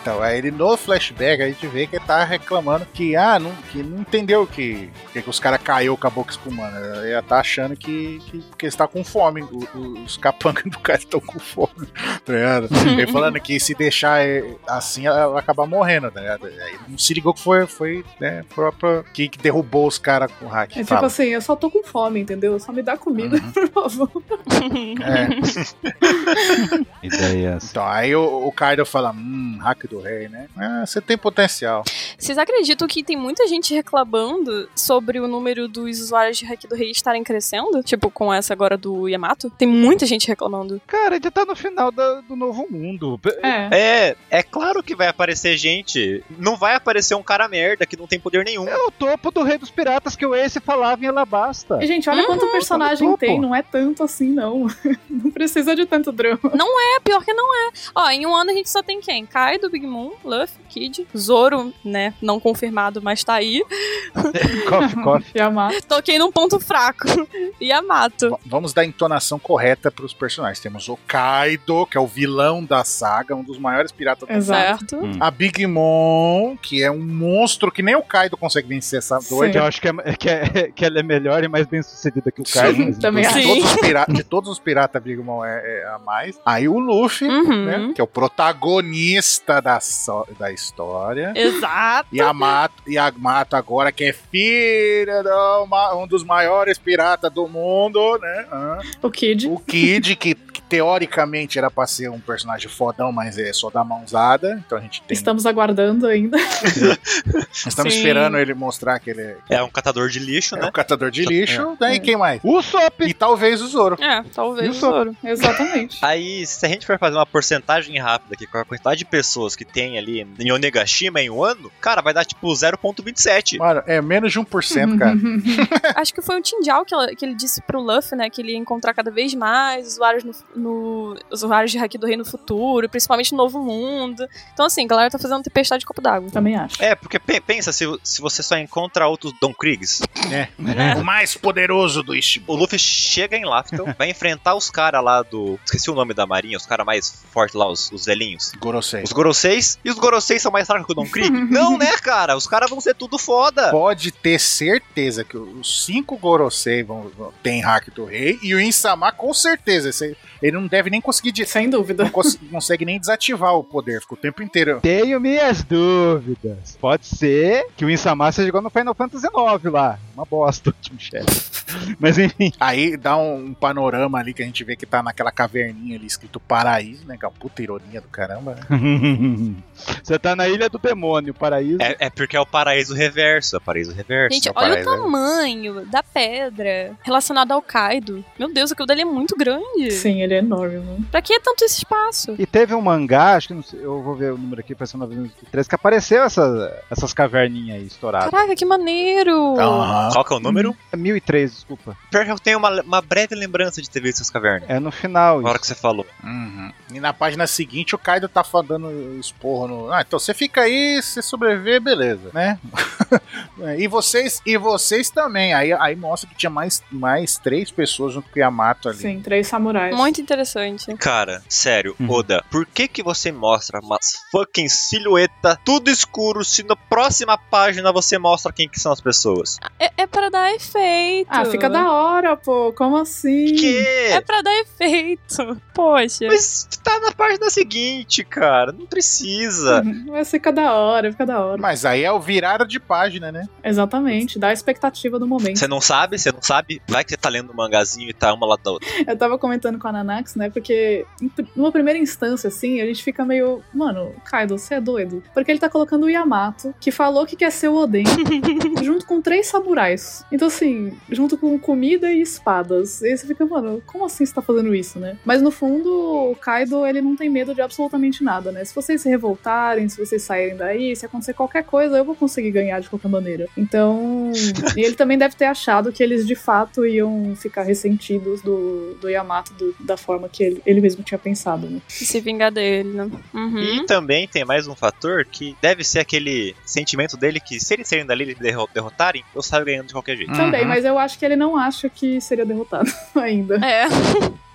E: Então, aí ele no flashback a gente vê que ele tá reclamando que, ah, não, que não entendeu que, que, que os caras caiu com a boca espumando. Ele tá achando que, que, que eles tá com fome. o- o- os capangas do cara estão com fome, tá ligado? Ele falando que se deixar eh, assim, ela vai acabar morrendo, tá ligado? Aí ele não se ligou que foi, foi né, própria. Que, que derrubou os caras com o hack.
D: É assim, né? tipo Uhum.
E: Fala.
D: assim, eu só tô com fome, entendeu? Só me dá comida, por favor.
E: É.
A: Ideias.
E: Então, aí o, o Kaido fala, hum, hack do rei, né? Ah, você tem potencial.
C: Vocês acreditam que tem muita gente reclamando sobre o número dos usuários de Hack do Rei estarem crescendo? Tipo, com essa agora do Yamato? Tem muita gente reclamando.
A: Cara, ele tá no final da- do novo mundo.
D: É.
B: É, é claro que vai aparecer gente. Não vai aparecer um cara merda que não tem poder nenhum.
A: É o topo do Rei dos Piratas que o Ace falava em Alabasta.
D: E, Gente, olha quanto personagem
A: tá no topo.
D: tem, não é tanto assim, não. Não precisa de tanto drama.
C: É, pior que não é. Ó, em um ano a gente só tem quem? Kaido, Big Moon, Luffy, Kid, Zoro, né? Não confirmado, mas tá aí.
A: Coffee, coffee.
D: Yamato.
C: Toquei num ponto fraco. Yamato.
E: Va- Vamos dar a entonação correta pros personagens. Temos o Kaido, que é o vilão da saga, um dos maiores piratas da
D: Exato.
E: saga.
C: Certo?
E: A Big Mom, que é um monstro que nem o Kaido consegue vencer essa
D: Sim.
E: doida.
A: Eu acho que, é- que é- que ela é melhor e mais bem sucedida que o Kaido. mas-
D: também
E: De
D: acho.
C: Sim.
E: todos, os pira- de todos os piratas, a Big Mom é, é a mais. Aí o Luffy,
C: Uhum.
E: né, que é o protagonista da, so- da história.
D: Tá
C: Exato.
E: E a, Mato, e a Mato agora, que é filha de uma- um dos maiores piratas do mundo, né? Ah.
D: O Kid.
E: O Kid, que, que teoricamente era pra ser um personagem fodão, mas é só dar mãozada. Então a gente tem.
D: Estamos aguardando ainda.
E: Estamos
C: Sim.
E: esperando ele mostrar que ele é,
B: É um catador de lixo,
E: é um
B: né?
E: catador de lixo. Daí
D: É.
E: quem mais?
A: O Sop!
E: E talvez o Zoro.
C: É, talvez o
A: Isso.
C: Zoro.
D: Exatamente.
B: Aí, se a gente for fazer uma porcentagem rápida aqui com a quantidade de pessoas que tem ali em Onegashima em um ano, cara, vai dar tipo 0.27.
E: Mano, é menos de
D: Uhum.
E: 1%, cara.
C: Acho que foi o Tindial que, ela- que ele disse pro Luffy, né? Que ele ia encontrar cada vez mais usuários, no, no- usuários de Hack do Rei no futuro, principalmente no Novo Mundo. Então, assim, a galera tá fazendo tempestade de copo d'água.
D: Também acho.
B: É, porque pe- pensa se, se você só encontra outros Don Kriegs.
E: O mais poderoso do Ishib.
B: O Luffy chega em Lafton, vai enfrentar os caras lá do. Esqueci o nome da marinha, os caras mais fortes lá, os, os velhinhos.
E: Gorosei.
B: Os Goroseis? E os Goroseis são mais fracos que o Don Krieg? Não, né, cara? Os caras vão ser tudo foda.
E: Pode ter certeza que os cinco Gorosei vão, vão, tem hack do rei e o Insama com certeza. esse- Ele não deve nem conseguir. de-
D: Sem dúvida.
E: Não cons- consegue nem desativar o poder, fica o tempo inteiro
A: Tenho minhas dúvidas. Pode ser que o Insama seja igual no Final Fantasy IX lá. Uma bosta, o último chefe. Mas enfim,
E: Aí dá um, um panorama ali que a gente vê que tá tá naquela caverninha ali escrito paraíso, né? Que é uma puta ironia do caramba, né?
A: Você tá na ilha do demônio, paraíso.
B: É, é porque é o paraíso reverso, é o paraíso reverso.
C: Gente,
E: é o
C: olha o
D: né?
E: paraíso.
C: tamanho da pedra relacionada ao Kaido. Meu Deus, aquilo dali é muito grande.
D: Sim, ele é enorme, mano.
C: Pra que tanto esse espaço?
A: E teve um mangá, acho que não sei, eu vou ver o número aqui, parece 913, que apareceu essa, essas caverninhas aí estouradas.
C: Caraca, que maneiro!
D: Tá
E: Aham.
B: Qual que é o número?
C: Uhum.
A: 1003, desculpa.
B: Pior que eu tenho uma, uma breve lembrança de ter visto essas cavernas.
A: É no final.
B: Na hora
A: Isso.
B: que você falou.
E: Uhum. E na página seguinte o Kaido tá fa- dando esporro no. Ah, então você fica aí, se sobreviver, beleza, né? e vocês e vocês também. Aí, aí mostra que tinha mais, mais três pessoas junto com o Yamato ali.
D: Sim, três samurais.
C: Muito interessante.
B: Cara, sério,
A: Hum.
B: Oda, por que que você mostra umas fucking silhueta, tudo escuro, se na próxima página você mostra quem que são as pessoas?
C: É, é pra dar efeito.
D: Ah, fica da hora, pô. Como assim?
C: É
B: Que?
C: pra dar efeito. Poxa.
B: Mas tá na página seguinte, cara, não precisa.
D: Mas fica da hora, fica da hora.
E: Mas aí é o virar de página, né?
D: Exatamente, dá a expectativa do momento.
B: Você não sabe, você não sabe, vai que você tá lendo um mangazinho e tá uma lá da outra.
D: Eu tava comentando com a Nanax, né? Porque em pr- numa primeira instância, assim, a gente fica meio. Mano, Kaido, você é doido. Porque ele tá colocando o Yamato, que falou que quer ser o Oden, junto com três samurais. Então, assim, junto com comida e espadas. E aí você fica, mano, como assim você tá fazendo isso, né? Mas no fundo, o Kaido, ele não tem medo de absolutamente nada, né? Se vocês se revoltarem, se vocês saírem daí, se acontecer qualquer coisa, eu vou conseguir ganhar de qualquer maneira. Então. E ele também deve ter achado que eles de fato iam ficar ressentidos do, do Yamato do- da forma que ele, ele mesmo tinha pensado, né?
C: Se vingar dele, né? Uhum.
B: E também tem mais um fator que deve ser aquele sentimento dele que se eles serem dali e derro- derrotarem, eu saio ganhando de qualquer jeito.
D: Também,
E: Uhum.
D: mas eu acho que ele não acha que seria derrotado ainda.
C: É.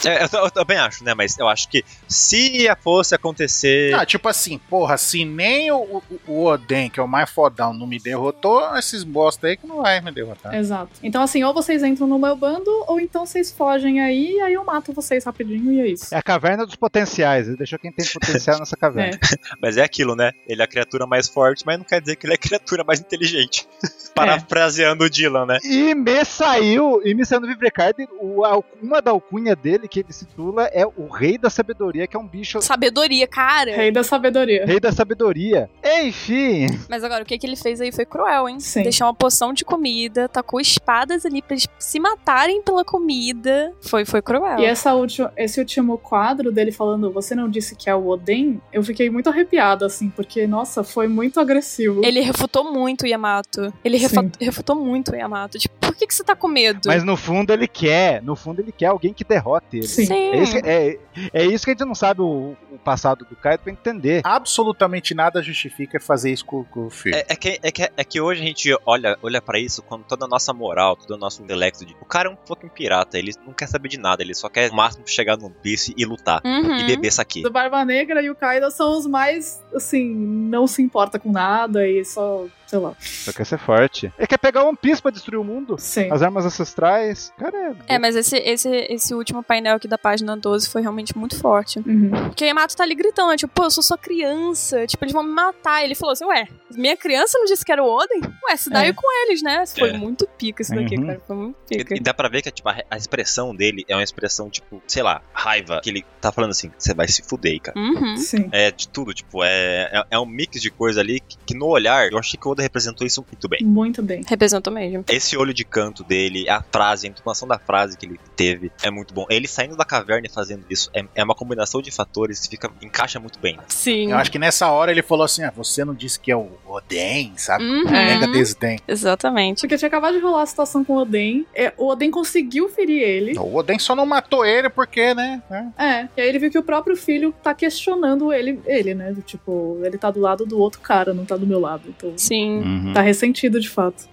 B: É, eu, t- eu também acho, né? Mas eu acho que se a fosse acontecer.
E: Ah, tipo assim, porra, se nem o, o, o Oden, que é o mais fodão, não me derrotou, esses bosta aí que não vai me derrotar.
D: Exato. Então, assim, ou vocês entram no meu bando, ou então vocês fogem aí, e aí eu mato vocês rapidinho e é isso.
A: É a caverna dos potenciais. Ele deixou quem tem potencial nessa caverna.
B: Mas é aquilo, né? Ele é a criatura mais forte, mas não quer dizer que ele é a criatura mais inteligente. Parafraseando o Dylan, né?
A: E me saiu, e me saiu no Vivrecard, o al- uma da alcunha dele que ele se titula é o Rei da Sabedoria, que é um bicho.
C: Sabedoria, cara.
D: É, Rei da sabedoria.
A: Rei da Sabedoria. Enfim.
C: Mas agora, o que, que ele fez aí foi cruel, hein?
D: Sim.
C: Deixar uma poção de comida, tacou espadas ali pra eles se matarem pela comida. Foi, foi cruel.
D: E é essa última, esse último quadro dele falando, você não disse que é o Oden? Eu fiquei muito arrepiada, assim, porque, nossa, foi muito agressivo.
C: Ele refutou muito o Yamato. Ele refa-
D: Sim.
C: refutou muito o Yamato. Tipo, por que, que você tá com medo?
A: Mas no fundo ele quer. No fundo ele quer alguém que derrote ele.
D: Sim.
A: É isso, que- é- é isso que a gente não sabe o, o passado do Kaido pra entender.
E: Absolutamente nada justifica fazer isso com, com o filho.
B: É, é que, é, que, é que hoje a gente olha, olha para isso com toda a nossa moral, todo o nosso intelecto. De, o cara é um fucking pirata, ele não quer saber de nada, ele só quer o máximo chegar no bife e lutar.
C: Uhum.
B: E beber saque.
D: O Barba Negra e o Kaido são os mais, assim, não se importa com nada e só, sei lá.
A: Só quer ser forte. Ele quer pegar One Piece pra destruir o mundo.
D: Sim.
A: As armas ancestrais. Cara,
C: É, mas esse, esse, esse último painel aqui da página 12 foi realmente muito forte.
D: Uhum.
C: Porque o Yamato tá ali gritando, né, tipo, pô, eu sou sua criança, tipo, eles vão me matar. Ele falou assim, ué, minha criança não disse que era o Oden? Ué, se daí
D: É.
C: com eles, né? Foi
B: É.
C: muito pica isso daqui,
A: Uhum.
C: cara, foi muito
B: E,
C: pica.
B: e dá pra ver que tipo, a, re- a expressão dele é uma expressão, tipo, sei lá, raiva. Que ele tá falando assim, você vai se fuder, aí, cara.
C: Uhum.
D: Sim.
B: É de tudo, tipo, é, é, é um mix de coisa ali que, que no olhar, eu achei que o Oda representou isso muito bem.
D: Muito bem.
C: Representou mesmo.
B: Esse olho de canto dele, a frase, a entonação da frase que ele teve é muito bom. Ele saindo da caverna e fazendo isso é, é uma combinação de fatores que fica, encaixa muito bem.
C: Sim.
E: Eu acho que nessa hora ele falou assim: ah, você não disse que é o Oden, sabe?
C: Uhum.
E: é Mega desdém.
C: Exatamente.
D: Porque tinha acabado de rolar a situação com o Oden. é, o Oden conseguiu ferir ele.
E: O Oden só não matou ele porque, né? né?
D: É. E aí ele viu que o próprio filho tá questionando ele, ele, né? Do Tipo, ele tá do lado do outro cara, não tá do meu lado. Então,
C: Sim.
D: tá ressentido de fato.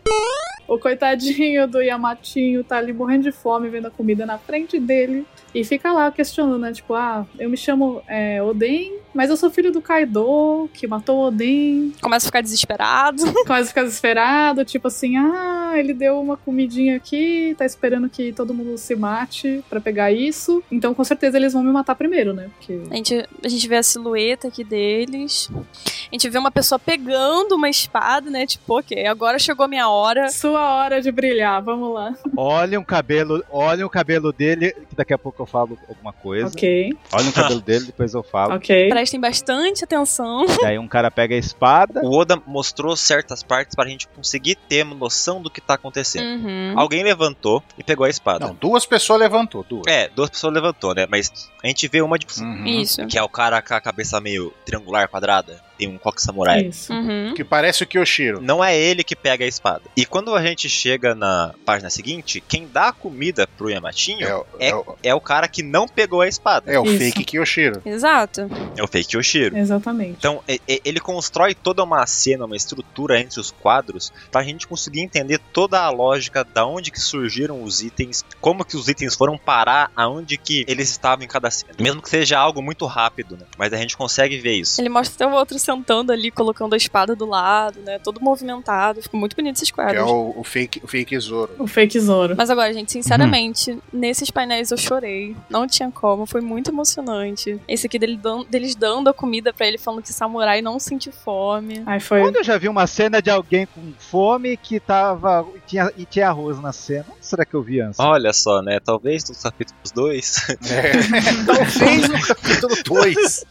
D: O coitadinho do Yamatinho tá ali morrendo de fome, vendo a comida na frente dele. E fica lá questionando, né? Tipo, ah, eu me chamo é, Oden, mas eu sou filho do Kaido, que matou o Oden.
E: Uhum.
C: Começa a ficar desesperado.
D: Quase fica desesperado, tipo assim, ah, ele deu uma comidinha aqui, tá esperando que todo mundo se mate pra pegar isso. Então com certeza eles vão me matar primeiro, né? Porque.
C: A gente, a gente vê a silhueta aqui deles. A gente vê uma pessoa pegando uma espada, né? Tipo, ok, agora chegou a minha hora.
D: Sua a hora de brilhar, vamos lá.
A: Olhem o um cabelo, olhem o cabelo dele, que daqui a pouco eu falo alguma coisa.
D: Ok,
A: Olhem o cabelo dele, depois eu falo.
D: ok.
C: Prestem bastante atenção.
A: E aí um cara pega a espada.
B: O Oda mostrou certas partes para a gente conseguir ter uma noção do que tá acontecendo.
C: Uhum.
B: Alguém levantou e pegou a espada.
E: Não, duas pessoas levantou, duas.
B: É, duas pessoas levantou, né? Mas a gente vê uma de
E: Uhum.
C: Isso.
B: que é o cara com a cabeça meio triangular, quadrada, tem um coque samurai.
D: Isso.
C: Uhum.
E: Que parece o Kyoshiro.
B: Não é ele que pega a espada. E quando a gente chega na página seguinte, quem dá a comida pro Yamatinho
E: É,
B: é,
E: o- é o,
B: o cara que não pegou a espada.
E: é o
D: Isso.
E: fake Kyoshiro.
C: Exato.
B: É o fake Yoshiro.
D: Exatamente.
B: Então, e- e- ele constrói toda uma cena, uma estrutura entre os quadros, pra gente conseguir entender toda a lógica da onde que surgiram os itens, como que os itens foram parar, aonde que eles estavam em cada cena. Mesmo que seja algo muito rápido, né? Mas a gente consegue ver isso.
C: Ele mostra até o outro sentando ali, colocando a espada do lado, né? Todo movimentado. Ficou muito bonito esses
E: Que
C: quadros.
E: é o, o fake, o fake Zoro.
D: O fake Zoro.
C: Mas agora, gente, sinceramente,
A: Uhum.
C: nesses painéis eu chorei. Não tinha como, foi muito emocionante. Esse aqui dele dan- deles dando a comida pra ele, falando que samurai não sentiu fome.
D: Ai, foi.
A: Quando eu já vi uma cena de alguém com fome que tava. e tinha, e tinha arroz na cena? Onde será que eu vi antes?
B: Olha só, né? Talvez nos capítulos 2.
E: É. Talvez no capítulo 2.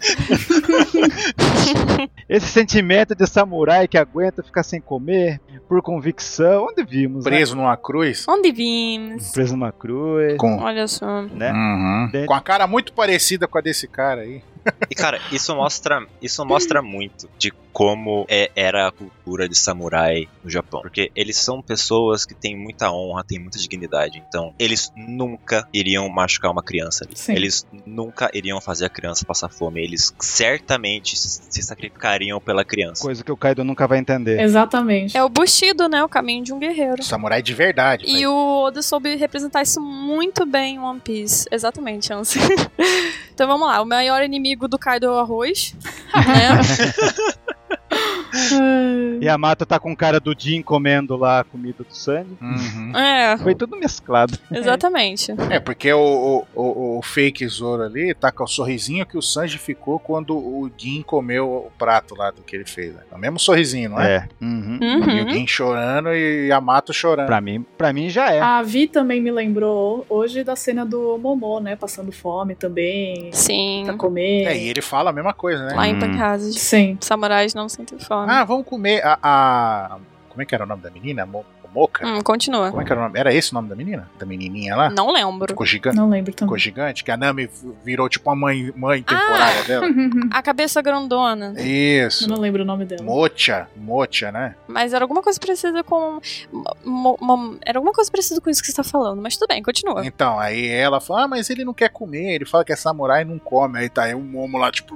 A: Esse sentimento de samurai que aguenta ficar sem comer, por convicção, onde vimos? né?
E: Preso numa cruz.
C: Onde vimos?
A: Preso numa cruz,
E: Com,
C: Olha só.
A: né?
D: Hum.
E: Uhum. com a cara muito parecida com a desse cara aí.
B: E cara, isso mostra, isso mostra muito de como é- era a cultura de samurai no Japão, porque eles são pessoas que têm muita honra, têm muita dignidade. Então, eles nunca iriam machucar uma criança.
D: Sim.
B: Eles nunca iriam fazer a criança passar fome. Eles certamente se se sacrificariam pela criança.
A: Coisa que o Kaido nunca vai entender.
D: Exatamente.
C: É o Bushido, né? O caminho de um guerreiro.
E: Samurai de verdade.
C: E o Oda soube representar isso muito bem em One Piece. Exatamente, Anse. então vamos lá. O maior inimigo do Kaido é o arroz. Né?
A: E a Mata tá com cara do Jin comendo lá a comida do Sandy.
E: Uhum.
C: é,
A: Foi tudo mesclado.
C: exatamente.
E: É, porque o, o, o, o fake Zoro ali tá com o sorrisinho que o Sanji ficou quando o Gin comeu o prato lá do que ele fez. Né? É O mesmo sorrisinho, não é?
A: É. Uhum.
E: E o
C: Uhum.
E: Gin chorando e Yamato chorando.
A: Pra mim, pra mim já é.
D: A Vi também me lembrou hoje da cena do Momô, né? Passando fome também.
C: Sim.
D: Pra comer.
E: É, e ele fala a mesma coisa, né?
C: Lá em
A: tá Hum.
C: Pancasas.
D: Sim.
C: Samurais não sentem fome.
E: Ah, vamos comer a, a- Como é que era o nome da menina? Mo- Momoca?
C: Hum, continua.
E: Como é que era o nome? Era esse o nome da menina? Da menininha
A: Ah.
E: lá?
C: Não lembro.
E: Ficou gigante.
D: Não lembro
E: Ficou
D: também.
E: gigante, que a Nami virou tipo a mãe, mãe temporária dela.
C: A cabeça grandona.
D: Eu
E: Isso.
D: não lembro o nome dela.
E: Mocha, Mocha, né?
C: Mas era alguma coisa parecida com. um, mo- mo- Era alguma coisa parecida com isso que você tá falando. Mas tudo bem, continua.
E: Então, aí ela fala, ah, mas ele não quer comer, ele fala que é samurai e não come. Aí tá aí um momo lá, tipo,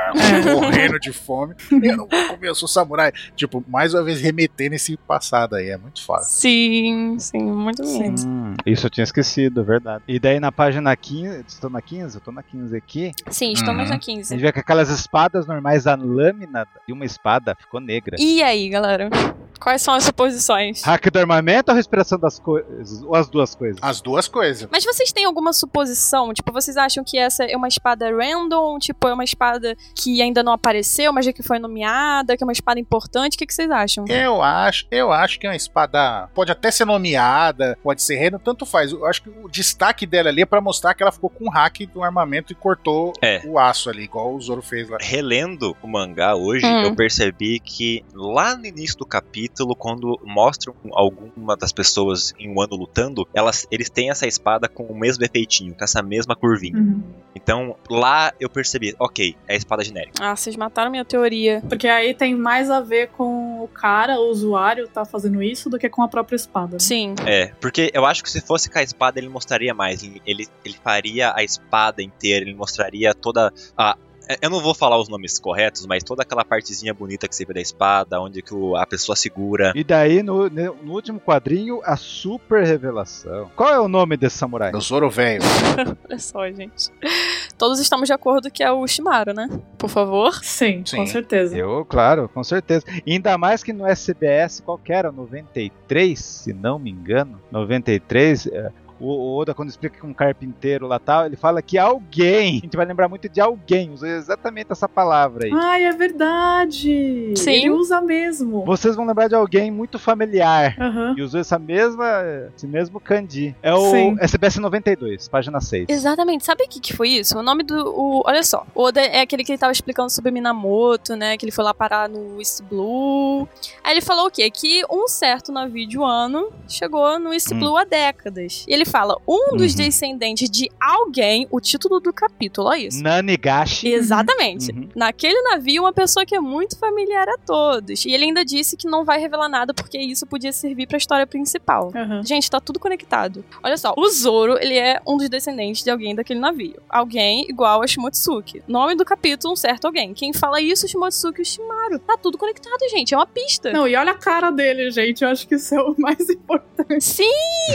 E: morrendo de fome. Eu não vou comer, eu sou samurai. Tipo, mais uma vez remetendo esse passado aí, é muito fácil.
C: Sim, sim, muito
D: Sim.
C: lindo.
A: Hum, isso eu tinha esquecido, é verdade. E daí na página 15, estou na 15, eu tô na 15 aqui,
C: Sim, estamos
E: Uhum.
C: na
A: a gente
C: 15.
A: vê que aquelas espadas normais, a lâmina de uma espada ficou negra.
C: E aí, galera? Quais são as suposições?
A: Hack do armamento ou respiração das coisas? Ou as duas coisas?
E: As duas coisas.
C: Mas vocês têm alguma suposição? Tipo, vocês acham que essa é uma espada random? Tipo, é uma espada que ainda não apareceu, mas já que foi nomeada, que é uma espada importante? O que, que vocês acham?
E: Eu acho, eu acho que é uma espada. Pode até ser nomeada, pode ser reino, tanto faz. Eu acho que o destaque dela ali é pra mostrar que ela ficou com o hack do armamento e cortou
B: É.
E: o aço ali, igual o Zoro fez lá.
B: Relendo o mangá hoje,
C: Hum.
B: eu percebi que lá no início do capítulo, quando mostram alguma das pessoas em um ano lutando, elas, eles têm essa espada com o mesmo efeitinho, com essa mesma curvinha.
D: Uhum.
B: Então lá eu percebi, ok, é a espada genérica.
C: Ah, vocês mataram minha teoria.
D: Porque aí tem mais a ver com o cara, o usuário, tá fazendo isso do que com a própria espada. né?
C: Sim.
B: É, porque eu acho que se fosse com a espada ele mostraria mais. Ele, ele, ele faria a espada inteira, ele mostraria toda a. é, Eu não vou falar os nomes corretos, mas toda aquela partezinha bonita que você vê da espada, onde que o- a pessoa segura.
A: E daí, no, no último quadrinho, a super revelação. Qual é o nome desse samurai?
E: O Zoro velho.
C: Olha só, gente. Todos estamos de acordo que é o Shimaru, né? Por favor.
D: Sim,
E: Sim.
D: com certeza.
A: Eu, claro, com certeza. Ainda mais que no SBS, qual que era? 93, se não me engano. 93, é, o o Oda, quando explica que um carpinteiro lá tal, ele fala que alguém, a gente vai lembrar muito de alguém, usou exatamente essa palavra aí.
D: Ai, é verdade!
C: Sim.
D: Ele usa mesmo.
A: Vocês vão lembrar de alguém muito familiar.
D: Aham.
A: E usou essa mesma, esse mesmo kanji. É o
D: Sim.
A: SBS 92, página 6.
C: Exatamente. Sabe o que, que foi isso? O nome do. o- olha só. O Oda é aquele que ele tava explicando sobre Minamoto, né? Que ele foi lá parar no East Blue. Aí ele falou o quê? Que um certo navio de ano chegou no East
A: Hum.
C: Blue há décadas. E ele fala: um dos
A: Uhum.
C: descendentes de alguém, o título do capítulo, olha isso.
A: Nanigashi.
C: Exatamente.
A: Uhum.
C: Naquele navio, uma pessoa que é muito familiar a todos. E ele ainda disse que não vai revelar nada porque isso podia servir pra história principal.
D: Aham.
C: Gente, tá tudo conectado. Olha só, o Zoro, ele é um dos descendentes de alguém daquele navio. Alguém igual a Shimotsuki. Nome do capítulo, um certo alguém. Quem fala isso, é Shimotsuki e Shimaru. Tá tudo conectado, gente. É uma pista.
D: Não, e olha a cara dele, gente. Eu acho que isso é o mais importante.
C: Sim!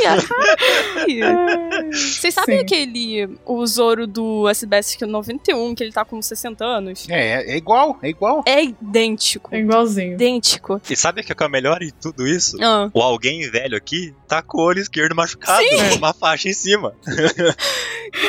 C: Caralho! Vocês sabem
D: Sim.
C: aquele... O Zoro do SBS 91, que é ele tá com 60 anos?
E: É, é igual, é igual.
C: É idêntico.
D: É igualzinho.
C: Idêntico.
B: E sabe o que é o melhor em tudo isso?
C: Ah.
B: O alguém velho aqui tá com o olho esquerdo machucado, com uma faixa em cima.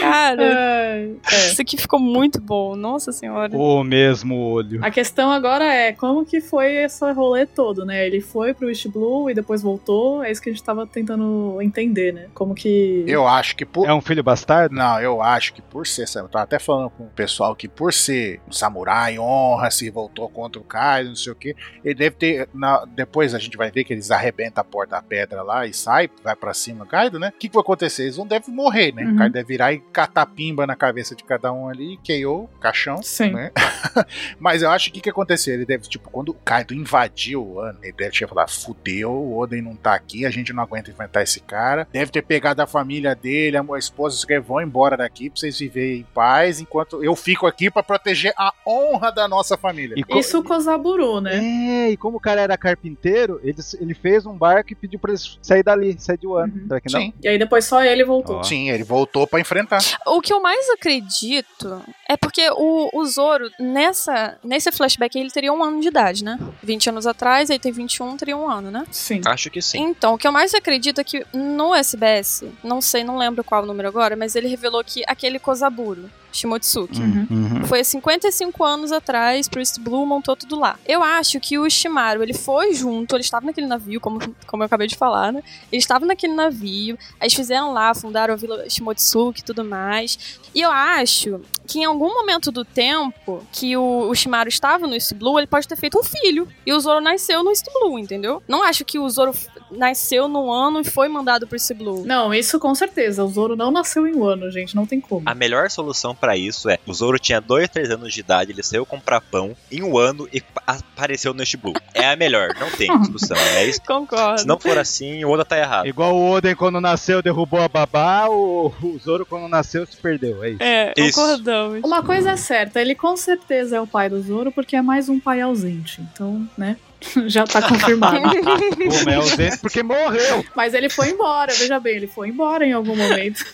C: Cara,
D: Ai,
C: isso aqui ficou muito bom. Nossa senhora.
A: O mesmo olho.
D: A questão agora é como que foi esse rolê todo, né? Ele foi pro East Blue e depois voltou. É isso que a gente tava tentando entender, né? Como que.
E: Eu acho que por.
A: É um filho bastardo?
E: Não, eu acho que por ser. Eu tava até falando com o pessoal que por ser um samurai, honra, se voltou contra o Kaido, não sei o que. Ele deve ter. na- depois a gente vai ver que eles arrebentam a porta da pedra lá e sai, vai pra cima do Kaido, né? O que, que vai acontecer? Eles não devem morrer, né?
D: Uhum.
E: O Kaido deve virar e catar pimba na cabeça de cada um ali, KO, caixão.
D: Sim.
E: né? Mas eu acho que o que, que aconteceu? Ele deve, tipo, quando o Kaido invadiu o ano, ele deve ter falado: fudeu, o Oden não tá aqui, a gente não aguenta enfrentar esse cara. Deve ter pegado a família dele, a mo- a esposa, isso aqui, vão embora daqui pra vocês viverem em paz, enquanto eu fico aqui pra proteger a honra da nossa família.
A: E co-
D: Isso o Kozaburu, né?
A: É, e como o cara era carpinteiro, ele, ele fez um barco e pediu pra eles sair dali, sair de Wano.
D: Uhum.
A: Será que não?
E: Sim,
D: E aí depois só ele voltou.
A: Ó.
E: sim, ele voltou pra enfrentar.
C: O que eu mais acredito é porque o, o Zoro, nessa, nesse flashback, aí, ele teria um ano de idade, né? 20 anos atrás, aí tem 21, teria um ano, né?
D: Sim.
B: Acho que sim.
C: Então, o que eu mais acredito é que no SBS, não sei, não lembro qual o número agora, mas ele revelou que aquele Kozaburo, Shimotsuki,
D: Uhum.
C: Foi há 55 anos atrás, pro East Blue montou tudo lá. Eu acho que o Shimaru, ele foi junto, ele estava naquele navio, como, como eu acabei de falar, né? Ele estava naquele navio, aí eles fizeram lá, fundaram a Vila Shimotsuki e tudo mais. E eu acho que em algum momento do tempo que o, o Shimaru estava no East Blue, ele pode ter feito um filho. E o Zoro nasceu no East Blue, entendeu? Não acho que o Zoro f- nasceu num ano e foi mandado pro East Blue.
D: Não, isso com certeza. O Zoro não nasceu em um ano, gente. Não tem como.
B: A melhor solução pra isso é: o Zoro tinha 2, 3 anos de idade, ele saiu comprar pão em um ano e pa- apareceu no Blue. É a melhor, não tem discussão. É isso.
C: Concordo.
B: Se não for assim, o Oda tá errado.
A: Igual o Oden quando nasceu derrubou a babá, o, o Zoro quando nasceu se perdeu, é isso.
C: É,
B: Isso.
C: concordamos.
D: Uma coisa é certa, ele com certeza é o pai do Zoro, porque é mais um pai ausente. Então, né? Já tá confirmado.
A: Como é ausente porque morreu.
D: Mas ele foi embora, veja bem, ele foi embora em algum momento.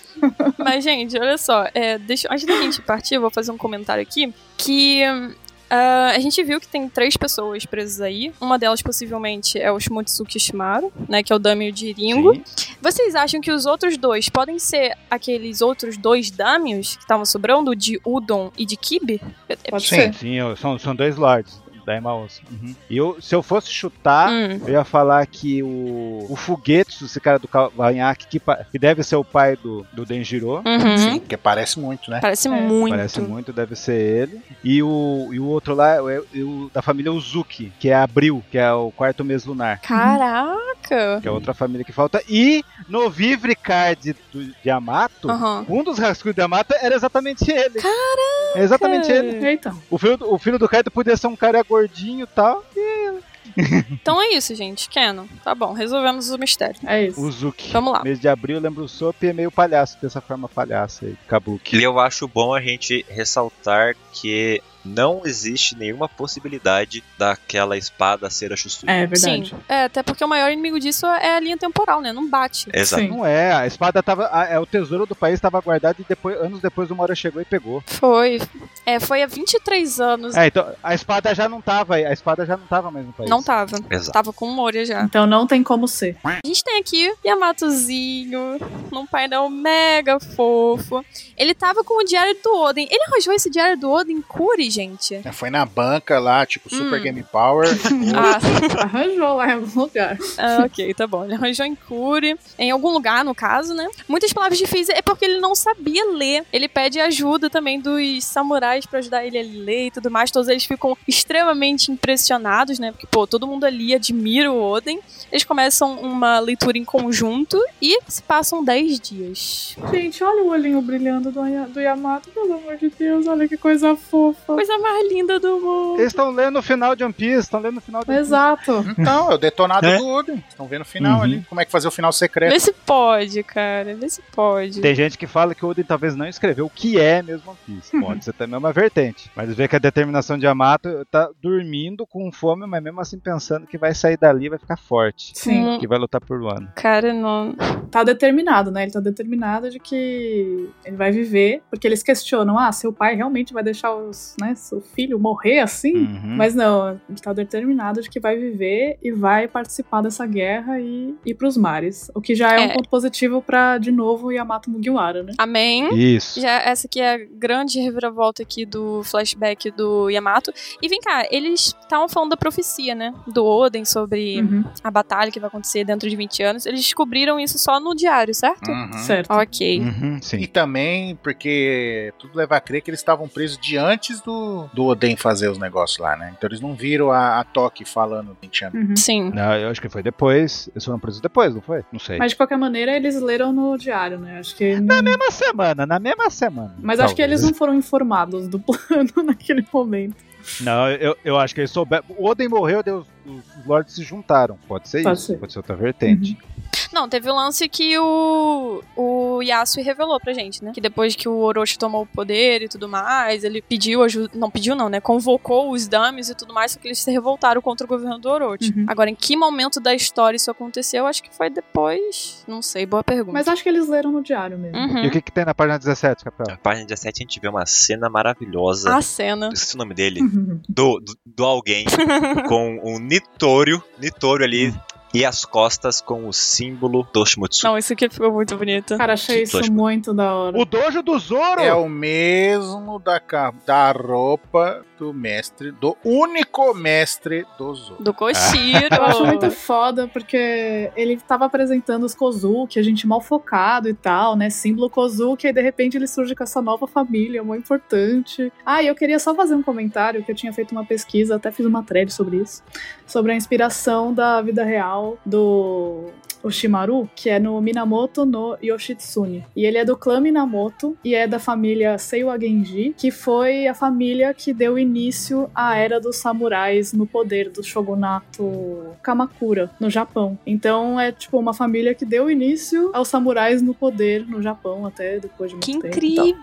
C: Mas, gente, olha só. é, deixa, antes da gente partir, eu vou fazer um comentário aqui. Que hum, ah, a gente viu que tem três pessoas presas aí. Uma delas, possivelmente, é o Shimotsuki Shimaru, né? Que é o Dami e o Jiringo.
A: Sim.
C: Vocês acham que os outros dois podem ser aqueles outros dois Damios que estavam sobrando, de Udon e de Kibi? É- é
D: Pode
E: Sim.
D: ser.
A: Sim, eu- são, são dois lords da Emaúsa. E eu, se eu fosse chutar,
C: Hum,
A: eu ia falar que o, o Fugetsu, esse cara do cavanhaque, que, pa- que deve ser o pai do, do Denjiro,
C: uhum.
E: Sim, porque parece muito, né?
C: Parece
D: É.
C: muito.
A: Parece muito, deve ser ele. E o, e o outro lá é é o da família Uzuki, que é Abril, que é o quarto mês lunar.
C: Caraca!
A: Que é outra família que falta. E no Vivre Card do, de Yamato,
C: Aham.
A: um dos rascunhos de Yamato era exatamente ele. Caraca! É exatamente ele.
D: Eita.
A: O filho, do- o filho do Kaido podia ser um cara gordinho e tal.
C: Então é isso, gente. Canon. Tá bom, resolvemos o mistério.
D: É isso.
A: Uzuki.
C: Vamos lá.
A: Mês de abril, lembra o Sop e é meio palhaço, dessa forma palhaça aí, Kabuki.
B: E eu acho bom a gente ressaltar que não existe nenhuma possibilidade daquela espada ser a Shusui.
D: É verdade.
C: Sim. É, até porque o maior inimigo disso é a linha temporal, né? Não bate.
B: Exato.
D: Sim.
A: Não é, a espada tava. a- é, o tesouro do país estava guardado e depois, anos depois o Mora chegou e pegou.
C: Foi. É, foi há 23 anos.
A: É, então a espada já não tava aí, a espada já não tava mais no país.
D: tá.
C: Não tava.
B: Exato.
C: Tava com Moria já.
D: Então não tem como ser.
C: A gente tem aqui Yamatozinho, num painel mega fofo. Ele tava com o Diário do Oden. Ele arranjou esse Diário do Oden Curi, gente?
E: Foi na banca lá, tipo, Super
C: Hum.
E: Game Power.
C: Ah,
D: Arranjou lá em algum lugar.
C: ah, ok, tá bom. Ele arranjou em Curi, em algum lugar, no caso, né? Muitas palavras difíceis é porque ele não sabia ler. Ele pede ajuda também dos samurais pra ajudar ele a ler e tudo mais. Todos eles ficam extremamente impressionados, né? Porque, pô, todo mundo ali admira o Oden. Eles começam uma leitura em conjunto e se passam 10 dias.
D: Gente, olha o olhinho brilhando do, Aya- do Yamato, pelo amor de Deus, olha que coisa fofa.
C: Coisa mais linda do mundo.
A: Eles estão lendo o final de One Piece, estão lendo o final de One Piece.
D: Exato.
E: Então, é o detonado
B: É.
E: do Oden. Estão vendo o final
B: Uhum.
E: ali. Como é que fazer o final secreto?
C: Vê se pode, cara. Vê se pode.
A: Tem gente que fala que o Oden talvez não escreveu o que é mesmo One Piece. Pode ser também uma vertente. Mas vê que a determinação de Yamato tá dormindo com fome, mas mesmo assim pensando que vai sair dali e vai ficar forte.
D: Sim.
C: Hum,
A: Que vai lutar por Luana.
C: Cara, não.
D: Tá determinado, né? Ele tá determinado de que ele vai viver, porque eles questionam: ah, seu pai realmente vai deixar os, né, seu filho morrer assim?
A: Uhum.
D: Mas não, ele tá determinado de que vai viver e vai participar dessa guerra e ir pros mares. O que já é, um
C: É.
D: ponto positivo pra, de novo, Yamato Mugiwara, né?
C: Amém.
A: Isso.
C: Já essa aqui é a grande reviravolta aqui do flashback do Yamato. E vem cá, eles estavam falando da profecia, né? Do Oden sobre
D: Uhum.
C: a batalha que vai acontecer dentro de 20 anos. Eles descobriram isso só no diário, certo?
A: Ah.
E: Uhum.
D: Certo.
C: Ok.
A: Uhum, sim.
E: E também porque tudo leva a crer que eles estavam presos de antes do, do Oden fazer os negócios lá, né? Então eles não viram a, a Toque falando em Tiana.
D: Uhum.
C: Sim.
A: Não, eu acho que foi depois. Eles foram presos depois, não foi? Não sei.
D: Mas de qualquer maneira, eles leram no diário, né? Acho que.
A: Na mesma semana, na mesma semana.
D: Mas acho que eles
A: Talvez.
D: não foram informados do plano naquele momento.
A: Não, eu, eu acho que eles souberam. O Oden morreu, daí os, os lords se juntaram. Pode ser
D: Pode
A: isso.
D: ser.
A: Pode ser outra vertente.
C: Não, teve o lance que o, o Yasui revelou pra gente, né? Que depois que o Orochi tomou o poder e tudo mais, ele pediu ajuda. Não pediu, não, né? Convocou os dames e tudo mais, só que eles se revoltaram contra o governo do Orochi.
D: Uhum.
C: Agora, em que momento da história isso aconteceu? Acho que foi depois. Não sei, boa pergunta.
D: Mas acho que eles leram no diário mesmo.
C: Uhum.
A: E o que, que tem na página 17,
B: Na
A: Capel?
B: página 17 a gente vê uma cena maravilhosa.
C: A cena.
B: Esqueci o nome dele.
D: Uhum.
B: Do, do, do alguém com um Nitório. Nitório ali. E as costas com o símbolo do Shimutsu.
C: Não, isso aqui ficou muito bonito.
D: Cara, achei
B: Sim,
D: isso
B: lógico.
D: muito da hora.
A: O dojo do Zoro!
E: É o mesmo da, ca- da roupa do mestre, do único mestre do Zoro.
C: Do Koshiro.
D: Eu acho muito foda, porque ele tava apresentando os Kozuki, a gente mal focado e tal, né? Símbolo Kozuki, aí de repente ele surge com essa nova família, muito importante. Ah, e eu queria só fazer um comentário, que eu tinha feito uma pesquisa, até fiz uma thread sobre isso, sobre a inspiração da vida real do Oshimaru, que é no Minamoto no Yoshitsune. E ele é do clã Minamoto e é da família Seiwa Genji, que foi a família que deu início à era dos samurais no poder do shogunato Kamakura, no Japão. Então é tipo uma família que deu início aos samurais no poder no Japão, até depois de muito
C: Que
D: tempo e
C: incrível!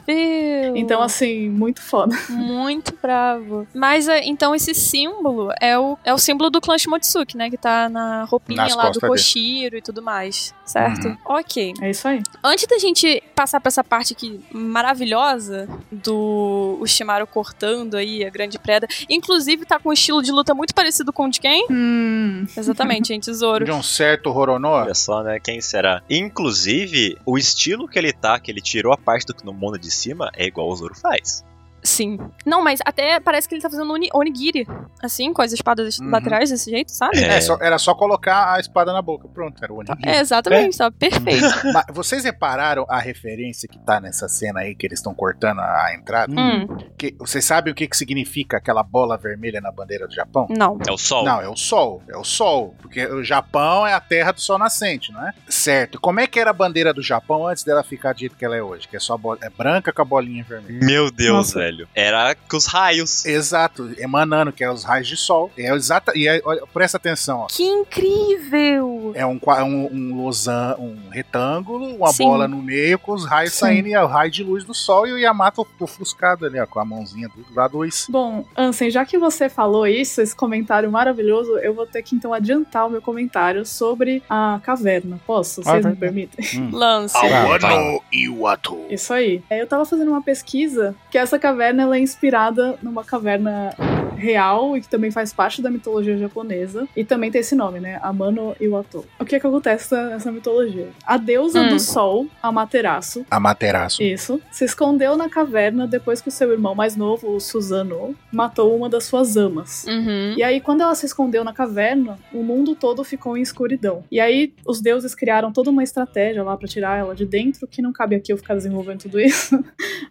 D: tal. Então, assim, muito foda.
C: Muito bravo. Mas é, então esse símbolo é o, é o símbolo do clã Shimotsuki, né? Que tá na roupinha
E: Nas
C: lá do
E: costas dele. Uhum.
C: Koshiro e tudo mais, certo? Ok.
D: É isso aí.
C: Antes da gente passar pra essa parte aqui maravilhosa do Ushimaru cortando aí a grande preda, inclusive tá com um estilo de luta muito parecido com o de quem?
D: Hum.
C: Exatamente, gente, Zoro.
E: De um certo Roronoa.
B: Olha só, né? Quem será? Inclusive, o estilo que ele tá, que ele tirou a parte do kimono de cima, é igual o Zoro faz.
C: Sim. Não, mas até parece que ele tá fazendo oni- onigiri, assim, com as espadas
E: Uhum.
C: laterais desse jeito, sabe?
E: É, só- era só colocar a espada na boca. Pronto, era o Onigiri.
C: É, exatamente, tá perfeito.
E: Mas vocês repararam a referência que tá nessa cena aí que eles estão cortando a a entrada?
C: Hum,
E: Que, vocês sabem o que, que significa aquela bola vermelha na bandeira do Japão?
C: não.
B: É o sol.
E: Não, é o sol, é o sol, porque o Japão é a terra do sol nascente, não é? Certo. Como é que era a bandeira do Japão antes dela ficar do jeito que ela é hoje? Que é só bo- é branca com a bolinha vermelha.
B: Meu Deus,
D: Nossa,
B: velho. vermelho. Era com os raios.
E: Exato, emanando, que é os raios de sol. É exata, e é, olha, presta atenção, ó.
C: Que incrível!
E: É um, qua- um, um losan, um retângulo, uma
C: Sim.
E: bola no meio, com os raios
D: Sim.
E: saindo, e o raio de luz do sol e o Yamato ofuscado ali, ó, com a mãozinha do lado 2.
D: Bom, Ansem, já que você falou isso, esse comentário maravilhoso, eu vou ter que então adiantar o meu comentário sobre a caverna. Posso? Vocês me
E: verdade.
D: permitem?
C: Lance.
A: Ah,
E: Awano
B: vai.
E: Iwato.
D: Isso aí. É, Eu tava fazendo uma pesquisa que essa caverna ela é inspirada numa caverna real e que também faz parte da mitologia japonesa. E também tem esse nome, né? Amano Iwato. O que é que acontece nessa, nessa mitologia? A deusa
C: Hum.
D: do sol, Amaterasu,
E: Amaterasu.
D: Isso. Se escondeu na caverna depois que o seu irmão mais novo, o Suzano, matou uma das suas amas.
C: Uhum.
D: E aí, quando ela se escondeu na caverna, o mundo todo ficou em escuridão. E aí, os deuses criaram toda uma estratégia lá pra tirar ela de dentro, que não cabe aqui eu ficar desenvolvendo tudo isso.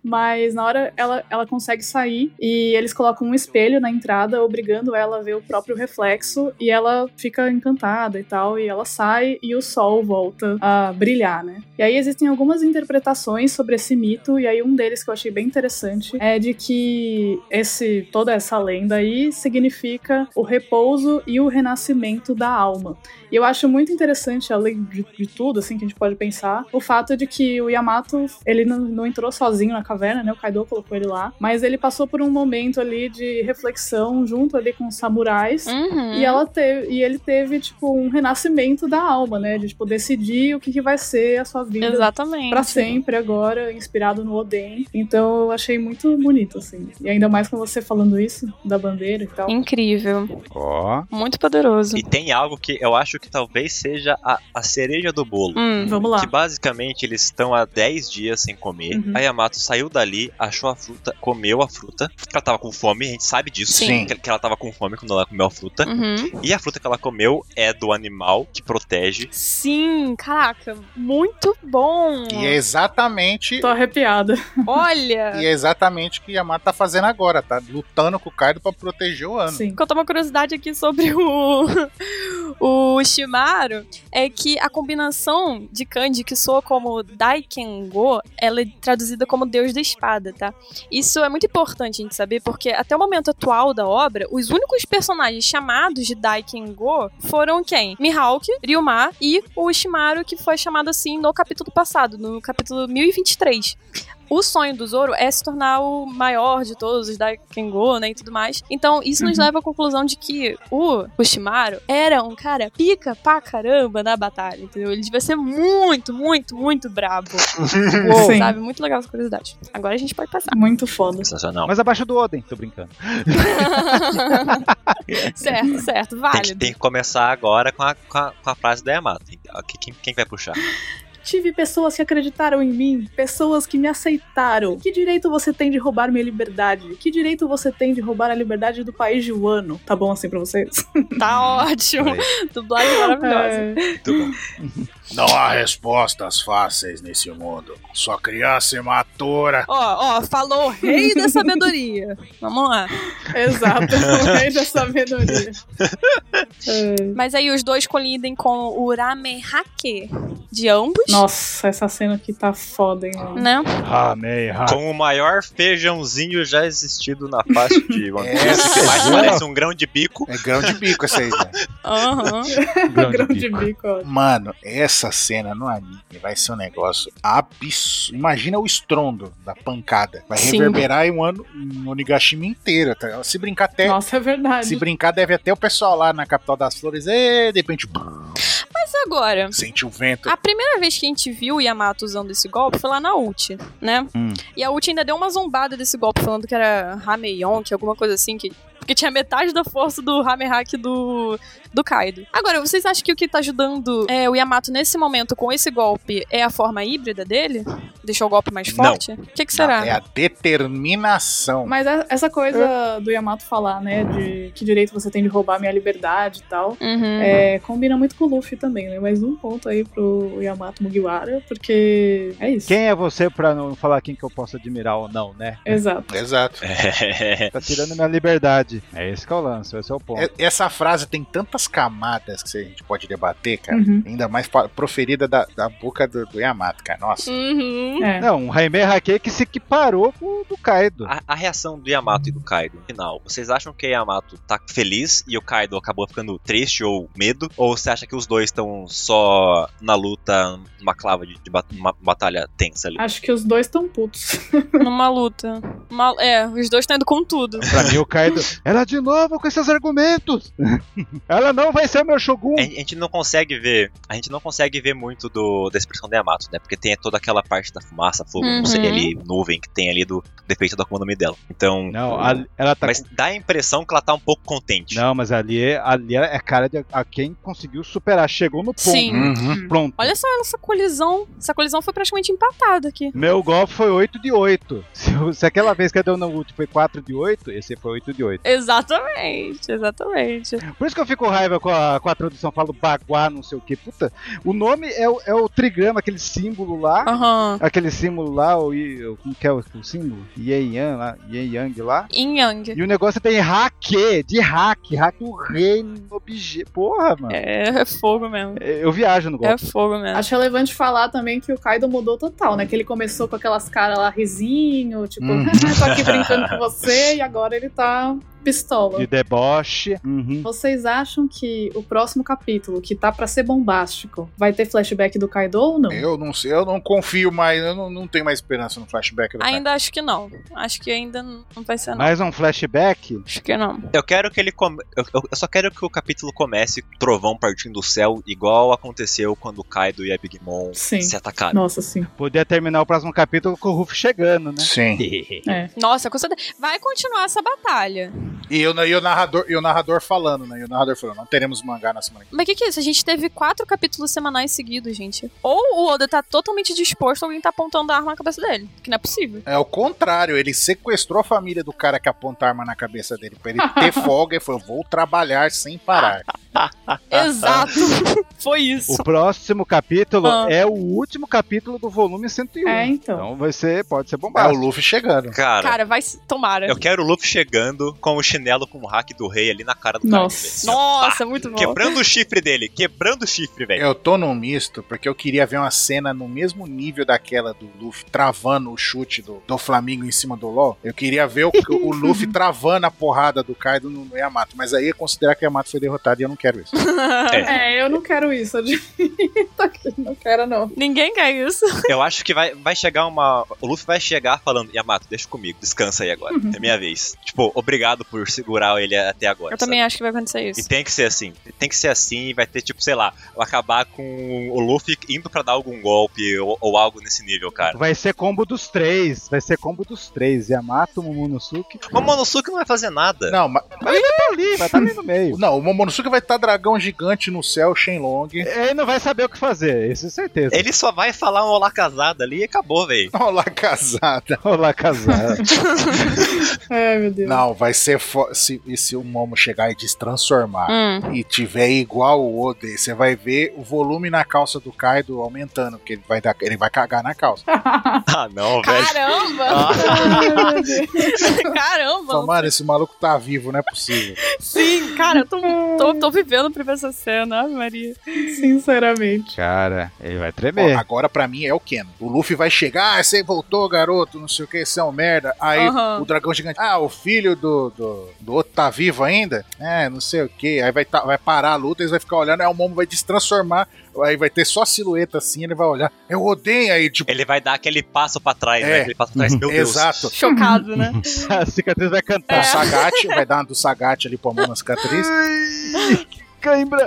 D: Mas na hora ela, ela consegue sair e eles colocam um espelho na entrada, obrigando ela a ver o próprio reflexo. E ela fica encantada e tal. E ela sai e o sol volta a brilhar, né? E aí existem algumas interpretações sobre esse mito. E aí, um deles que eu achei bem interessante é de que esse toda essa lenda aí significa o repouso e o renascimento da alma. E eu acho muito interessante, além de, de tudo, assim, que a gente pode pensar, o fato de que o Yamato, ele não, não entrou sozinho na caverna, né? O Kaido colocou ele lá. Mas ele passou por um momento ali de reflexão junto ali com os samurais.
C: Uhum.
D: E, ela teve, e ele teve, tipo, um renascimento da alma, né? De, tipo, decidir o que, que vai ser a sua vida
C: Exatamente.
D: Pra sempre agora, inspirado no Oden. Então eu achei muito bonito, assim. E ainda mais com você falando isso, da bandeira e tal.
C: Incrível.
A: Ó.
C: Muito poderoso.
B: E tem algo que eu acho que talvez seja a, a cereja do bolo.
C: Hum.
D: Vamos lá.
B: Que basicamente eles estão há 10 dias sem comer.
D: Uhum.
B: A Yamato saiu dali, achou a fruta, comeu a fruta. Ela tava com fome, a gente sabe disso.
E: Sim.
B: Que, que ela tava com fome quando ela comeu a fruta.
C: Uhum.
B: E a fruta que ela comeu é do animal que protege.
C: Sim, caraca, muito bom.
E: E é exatamente.
D: Tô arrepiada.
C: Olha,
E: E é exatamente o que Yamato tá fazendo agora, tá? Lutando com o Kaido pra proteger o ano.
D: Sim.
C: que eu tenho uma curiosidade aqui sobre o o Shimaru é que a combinação de kanji que soa como Daikengo, ela é traduzida como Deus da Espada, tá? Isso é muito importante a gente saber porque até o momento atual da obra, os únicos personagens chamados de Daikengo foram quem? Mihawk, Ryuma e o Shimaru que foi chamado assim no capítulo passado, no capítulo 1023. O sonho do Zoro é se tornar o maior de todos, os da Kengo, né, e tudo mais. Então, isso nos
D: Uhum.
C: leva à conclusão de que o Oshimaru era um cara pica pra caramba na batalha, entendeu? Ele devia ser muito, muito, muito brabo,
D: Uou. Sim.
C: sabe? Muito legal essa curiosidade. Agora a gente pode passar.
D: Muito foda.
B: Sensacional.
A: Mas abaixo do Oden, tô brincando.
C: certo, certo,
B: Tem que,
C: válido.
B: tem que começar agora com a, com a, com a frase da Yamato. Tem- que- Quem, quem vai puxar?
D: Tive pessoas que acreditaram em mim, pessoas que me aceitaram. Que direito você tem de roubar minha liberdade? Que direito você tem de roubar a liberdade do país de Wano? Tá bom assim pra vocês?
C: Tá ótimo. Dublagem maravilhosa.
D: É.
B: Muito bom.
E: Não há respostas fáceis nesse mundo. Sua criança imatura.
C: Ó, ó, falou o rei da sabedoria. Vamos lá.
D: É. Exato, o rei da sabedoria. É.
C: Mas aí os dois colidem com o Uramehake de ambos,
D: Nossa, essa cena aqui tá foda, hein? mano?
C: né?
E: Amei,
A: ah,
B: Com o maior feijãozinho já existido na face de One Piece,
E: Essa
B: que mais
E: é-
B: parece um grão de bico.
E: É grão de bico essa aí, velho.
C: Aham.
D: Ah, Grão de bico, ó.
E: Mano, essa cena no anime vai ser um negócio absurdo. Imagina o estrondo da pancada. Vai
C: Sim.
E: reverberar em um ano em Onigashima inteira. tá? Se brincar até.
D: Nossa, é verdade.
E: Se brincar, deve até o pessoal lá na capital das flores. E de repente, brrr,
C: Mas agora,
E: sente Ah, o vento.
C: a primeira vez que a gente viu o Yamato usando esse golpe foi lá na ult, né?
A: Hum.
C: E a ult ainda deu uma zombada desse golpe, falando que era Hameion, que alguma coisa assim, que. Porque tinha metade da força do Hamehack do, do Kaido. Agora, vocês acham que o que tá ajudando é, o Yamato nesse momento com esse golpe é a forma híbrida dele? Deixou o golpe mais
B: Não.
C: forte? O que, que será?
E: É a determinação.
D: Mas a- essa coisa do Yamato falar, né? De que direito você tem de roubar minha liberdade e tal.
C: Uhum.
D: É, combina muito com o Luffy também, né? Mas um ponto aí pro Yamato Mugiwara, porque é isso.
A: Quem é você pra não falar quem que eu posso admirar ou não, né?
D: Exato.
E: Exato.
B: É.
A: Tá tirando minha liberdade. É esse que é o lance, esse é o ponto.
E: E- Essa frase tem tantas camadas que a gente
A: É.
E: pode debater, cara.
D: Uhum.
E: Ainda mais pa- proferida da, da boca do, do Yamato, cara. Nossa.
C: Uhum.
D: É.
A: Não, um Raimei Hake que se equiparou com o do Kaido.
B: A, a reação do Yamato e do Kaido no final, vocês acham que o Yamato tá feliz e o Kaido acabou ficando triste ou medo? Ou você acha que os dois estão só na luta, numa clava de, de ba- uma batalha tensa ali?
D: Acho que os dois estão putos.
C: Numa luta. Uma- É, os dois estão indo com tudo.
A: Pra mim, o Kaido. Ela de novo com esses argumentos! Ela não vai ser meu Shogun!
B: A
E: É.
B: gen- a gente não consegue ver, a gente não consegue ver muito do, da expressão do Yamato, né? Porque tem toda aquela parte da fumaça, fogo, não sei,
C: Uhum.
B: ali, nuvem que tem ali do defeito da Akuma no Mi dela. Então,
A: Não, a- ela tá.
B: mas dá a impressão que ela tá um pouco contente.
A: Não, mas ali, ali é cara de a quem conseguiu superar. Chegou no ponto.
C: Sim. Uhum.
A: Pronto.
C: Olha só essa colisão. Essa colisão foi praticamente empatada aqui.
A: Meu golpe foi 8 de 8. Se, eu- se aquela vez que eu deu no último foi 4 de 8, esse foi 8 de 8.
C: Exatamente, exatamente.
A: Por isso que eu fico com raiva com a, com a tradução, falo baguá, não sei o que. Puta, o nome é, o- é o trigrama, aquele símbolo
C: Ah.
A: lá.
C: Aham.
A: Aquele símbolo lá, o, i- o- como que é o, o símbolo? Yen Yang lá. Yin Yang lá.
C: Yin Yang.
A: E o negócio tem hake, de hack, hack o rei no objeto. Porra, mano.
C: É, é fogo mesmo.
A: Eu viajo no golpe.
C: É fogo mesmo.
D: Acho relevante falar também que o Kaido mudou total, né? Que ele começou com aquelas caras lá, risinho, tipo,
A: Hum.
D: tô aqui brincando com você, e agora ele tá
C: É.
D: pistola.
A: De deboche. Uhum.
D: Vocês acham que o próximo capítulo, que tá pra ser bombástico, vai ter flashback do Kaido ou não?
E: Eu não sei, eu não confio mais, eu não, não tenho mais esperança no flashback do Kaido.
C: Ainda acho que não. Acho que ainda não vai ser, Ah, não.
A: Mais um flashback.
C: Acho que não.
B: Eu quero que ele come... eu, eu- eu só quero que o capítulo comece com trovão partindo do céu, igual aconteceu quando o Kaido e a Big Mom
D: Sim.
B: se atacaram.
D: Nossa, sim.
A: Podia terminar o próximo capítulo com o Ruff chegando, né?
E: Sim.
D: É.
C: Nossa, com certeza. Vai continuar essa batalha.
E: E, eu, e, o narrador, e o narrador falando, né? E o narrador falando, não teremos mangá na semana que
C: Mas o que, que é isso? A gente teve quatro capítulos semanais seguidos, gente. Ou o Oda tá totalmente disposto, alguém tá apontando a arma na cabeça dele. Que não é possível.
E: vem. É o contrário, ele sequestrou a família do cara que aponta a arma na cabeça dele pra ele ter folga e falou: vou trabalhar sem parar.
C: Exato. Foi isso.
A: O próximo capítulo
C: Ah.
A: é o último capítulo do volume 101.
D: É, então.
A: Então vai ser, pode ser
E: É o
A: bombado.
E: Luffy chegando.
B: Cara,
C: Cara, vai se. Tomara.
B: eu quero o Luffy chegando com o chinelo com o hack do rei ali na cara do
D: Nossa.
B: Kaido. velho.
C: Nossa, muito bom.
B: Quebrando o chifre dele, quebrando o chifre, velho.
E: É, Eu tô num misto, porque eu queria ver uma cena no mesmo nível daquela do Luffy travando o chute do, do Flamengo em cima do LOL. Eu queria ver o, o Luffy travando a porrada do Kaido no, no Yamato. Mas aí ia considerar que o Yamato foi derrotado e eu não quero isso.
A: Então.
D: É, eu não quero isso, admito aqui, não quero não.
C: Ninguém quer isso.
B: Eu acho que vai, vai chegar uma. O Luffy vai chegar falando: Yamato, deixa comigo, descansa aí agora.
D: Uhum.
B: É minha vez. Tipo, obrigado por segurar ele até agora.
C: Eu
B: sabe?
C: também acho que vai acontecer
B: E
C: isso.
B: tem que ser assim. Tem que ser assim. Vai ter, tipo, sei lá, acabar com o Luffy indo pra dar algum golpe ou, ou algo nesse nível, cara.
A: Vai ser combo dos três. Vai ser combo dos três. Yamato, Momonosuke.
B: O Momonosuke não vai fazer nada.
E: Não, mas,
A: Tá ali, vai estar ali no meio.
E: não o Momonosuke vai estar dragão gigante no céu, Shenlong.
A: Ele não vai saber o que fazer, isso é certeza.
B: Ele só vai falar um olá casado ali e acabou, velho.
E: Olá, casada.
A: Olá, casado.
D: Ai, meu Deus.
E: Não, vai ser. Fo se, e se o Momo chegar e destransformar?
C: Hum.
E: e tiver igual o Oda, você vai ver o volume na calça do Kaido aumentando, porque ele vai, dar, ele vai cagar na calça.
B: Ah, não, velho.
C: Caramba!
B: Ah,
D: Ai, meu Deus.
E: Fala,
C: Caramba!
E: mano, esse maluco tá vivo, não é possível.
C: Sim, cara, eu tô, tô, tô vivendo pra ver essa cena, Ave Maria.
D: Sinceramente.
A: Cara, ele vai
E: Ó,
A: tremer.
E: agora pra mim é o Ken. O Luffy vai chegar, ah, você voltou, garoto, não sei o que, você é um merda. Aí
C: Aham.
E: o dragão gigante, ah, o filho do, do, do outro tá vivo ainda? É, não sei o que. Aí vai, tá- vai parar a luta, eles vão ficar olhando, aí o Momo vai destransformar, aí vai ter só a silhueta assim, ele vai olhar, eu odeio aí, tipo,
B: Ele vai dar aquele passo pra trás,
E: É.
B: né? Aquele passo pra trás, meu Deus.
E: exato.
C: Chocado, né?
A: A cicatriz vai
E: O
A: cantar.
E: Sagat, vai dar uma do Sagat ali pra mão na cicatriz.
A: Ai, que Cãibra.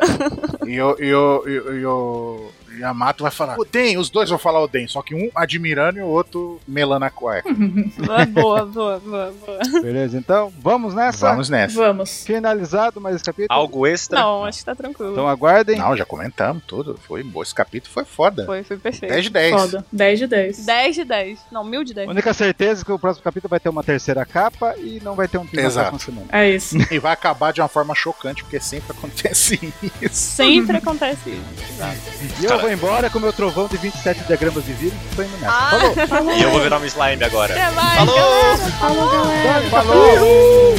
E: E o, e o, e o, e o Yamato vai falar Oden, os dois vão falar Oden, só que um admirando e o outro melando a cueca.
C: boa, boa, boa, boa.
A: Beleza, então vamos nessa.
E: Vamos nessa.
D: Vamos.
A: Finalizado mais esse capítulo.
B: Algo extra.
C: Não, acho que tá tranquilo.
A: Então aguardem.
E: Não, já comentamos tudo. Foi bom. Esse capítulo foi foda.
C: Foi, foi perfeito.
E: 10 de 10.
D: Foda. 10 de 10.
C: 10 de 10. Não, mil de 10.
A: A única certeza é que o próximo capítulo vai ter uma terceira capa e não vai ter um final
E: Exato.
A: próxima semana.
D: É isso.
E: E vai acabar de uma forma chocante, porque sempre acontece isso.
C: Sempre acontece isso.
A: E eu vou embora com meu trovão de 27 diagramas de vida e tô eliminado.
C: Ah.
A: Falou!
B: E eu vou virar um slime agora.
C: Até mais,
B: Falou!
C: galera.
E: Falou!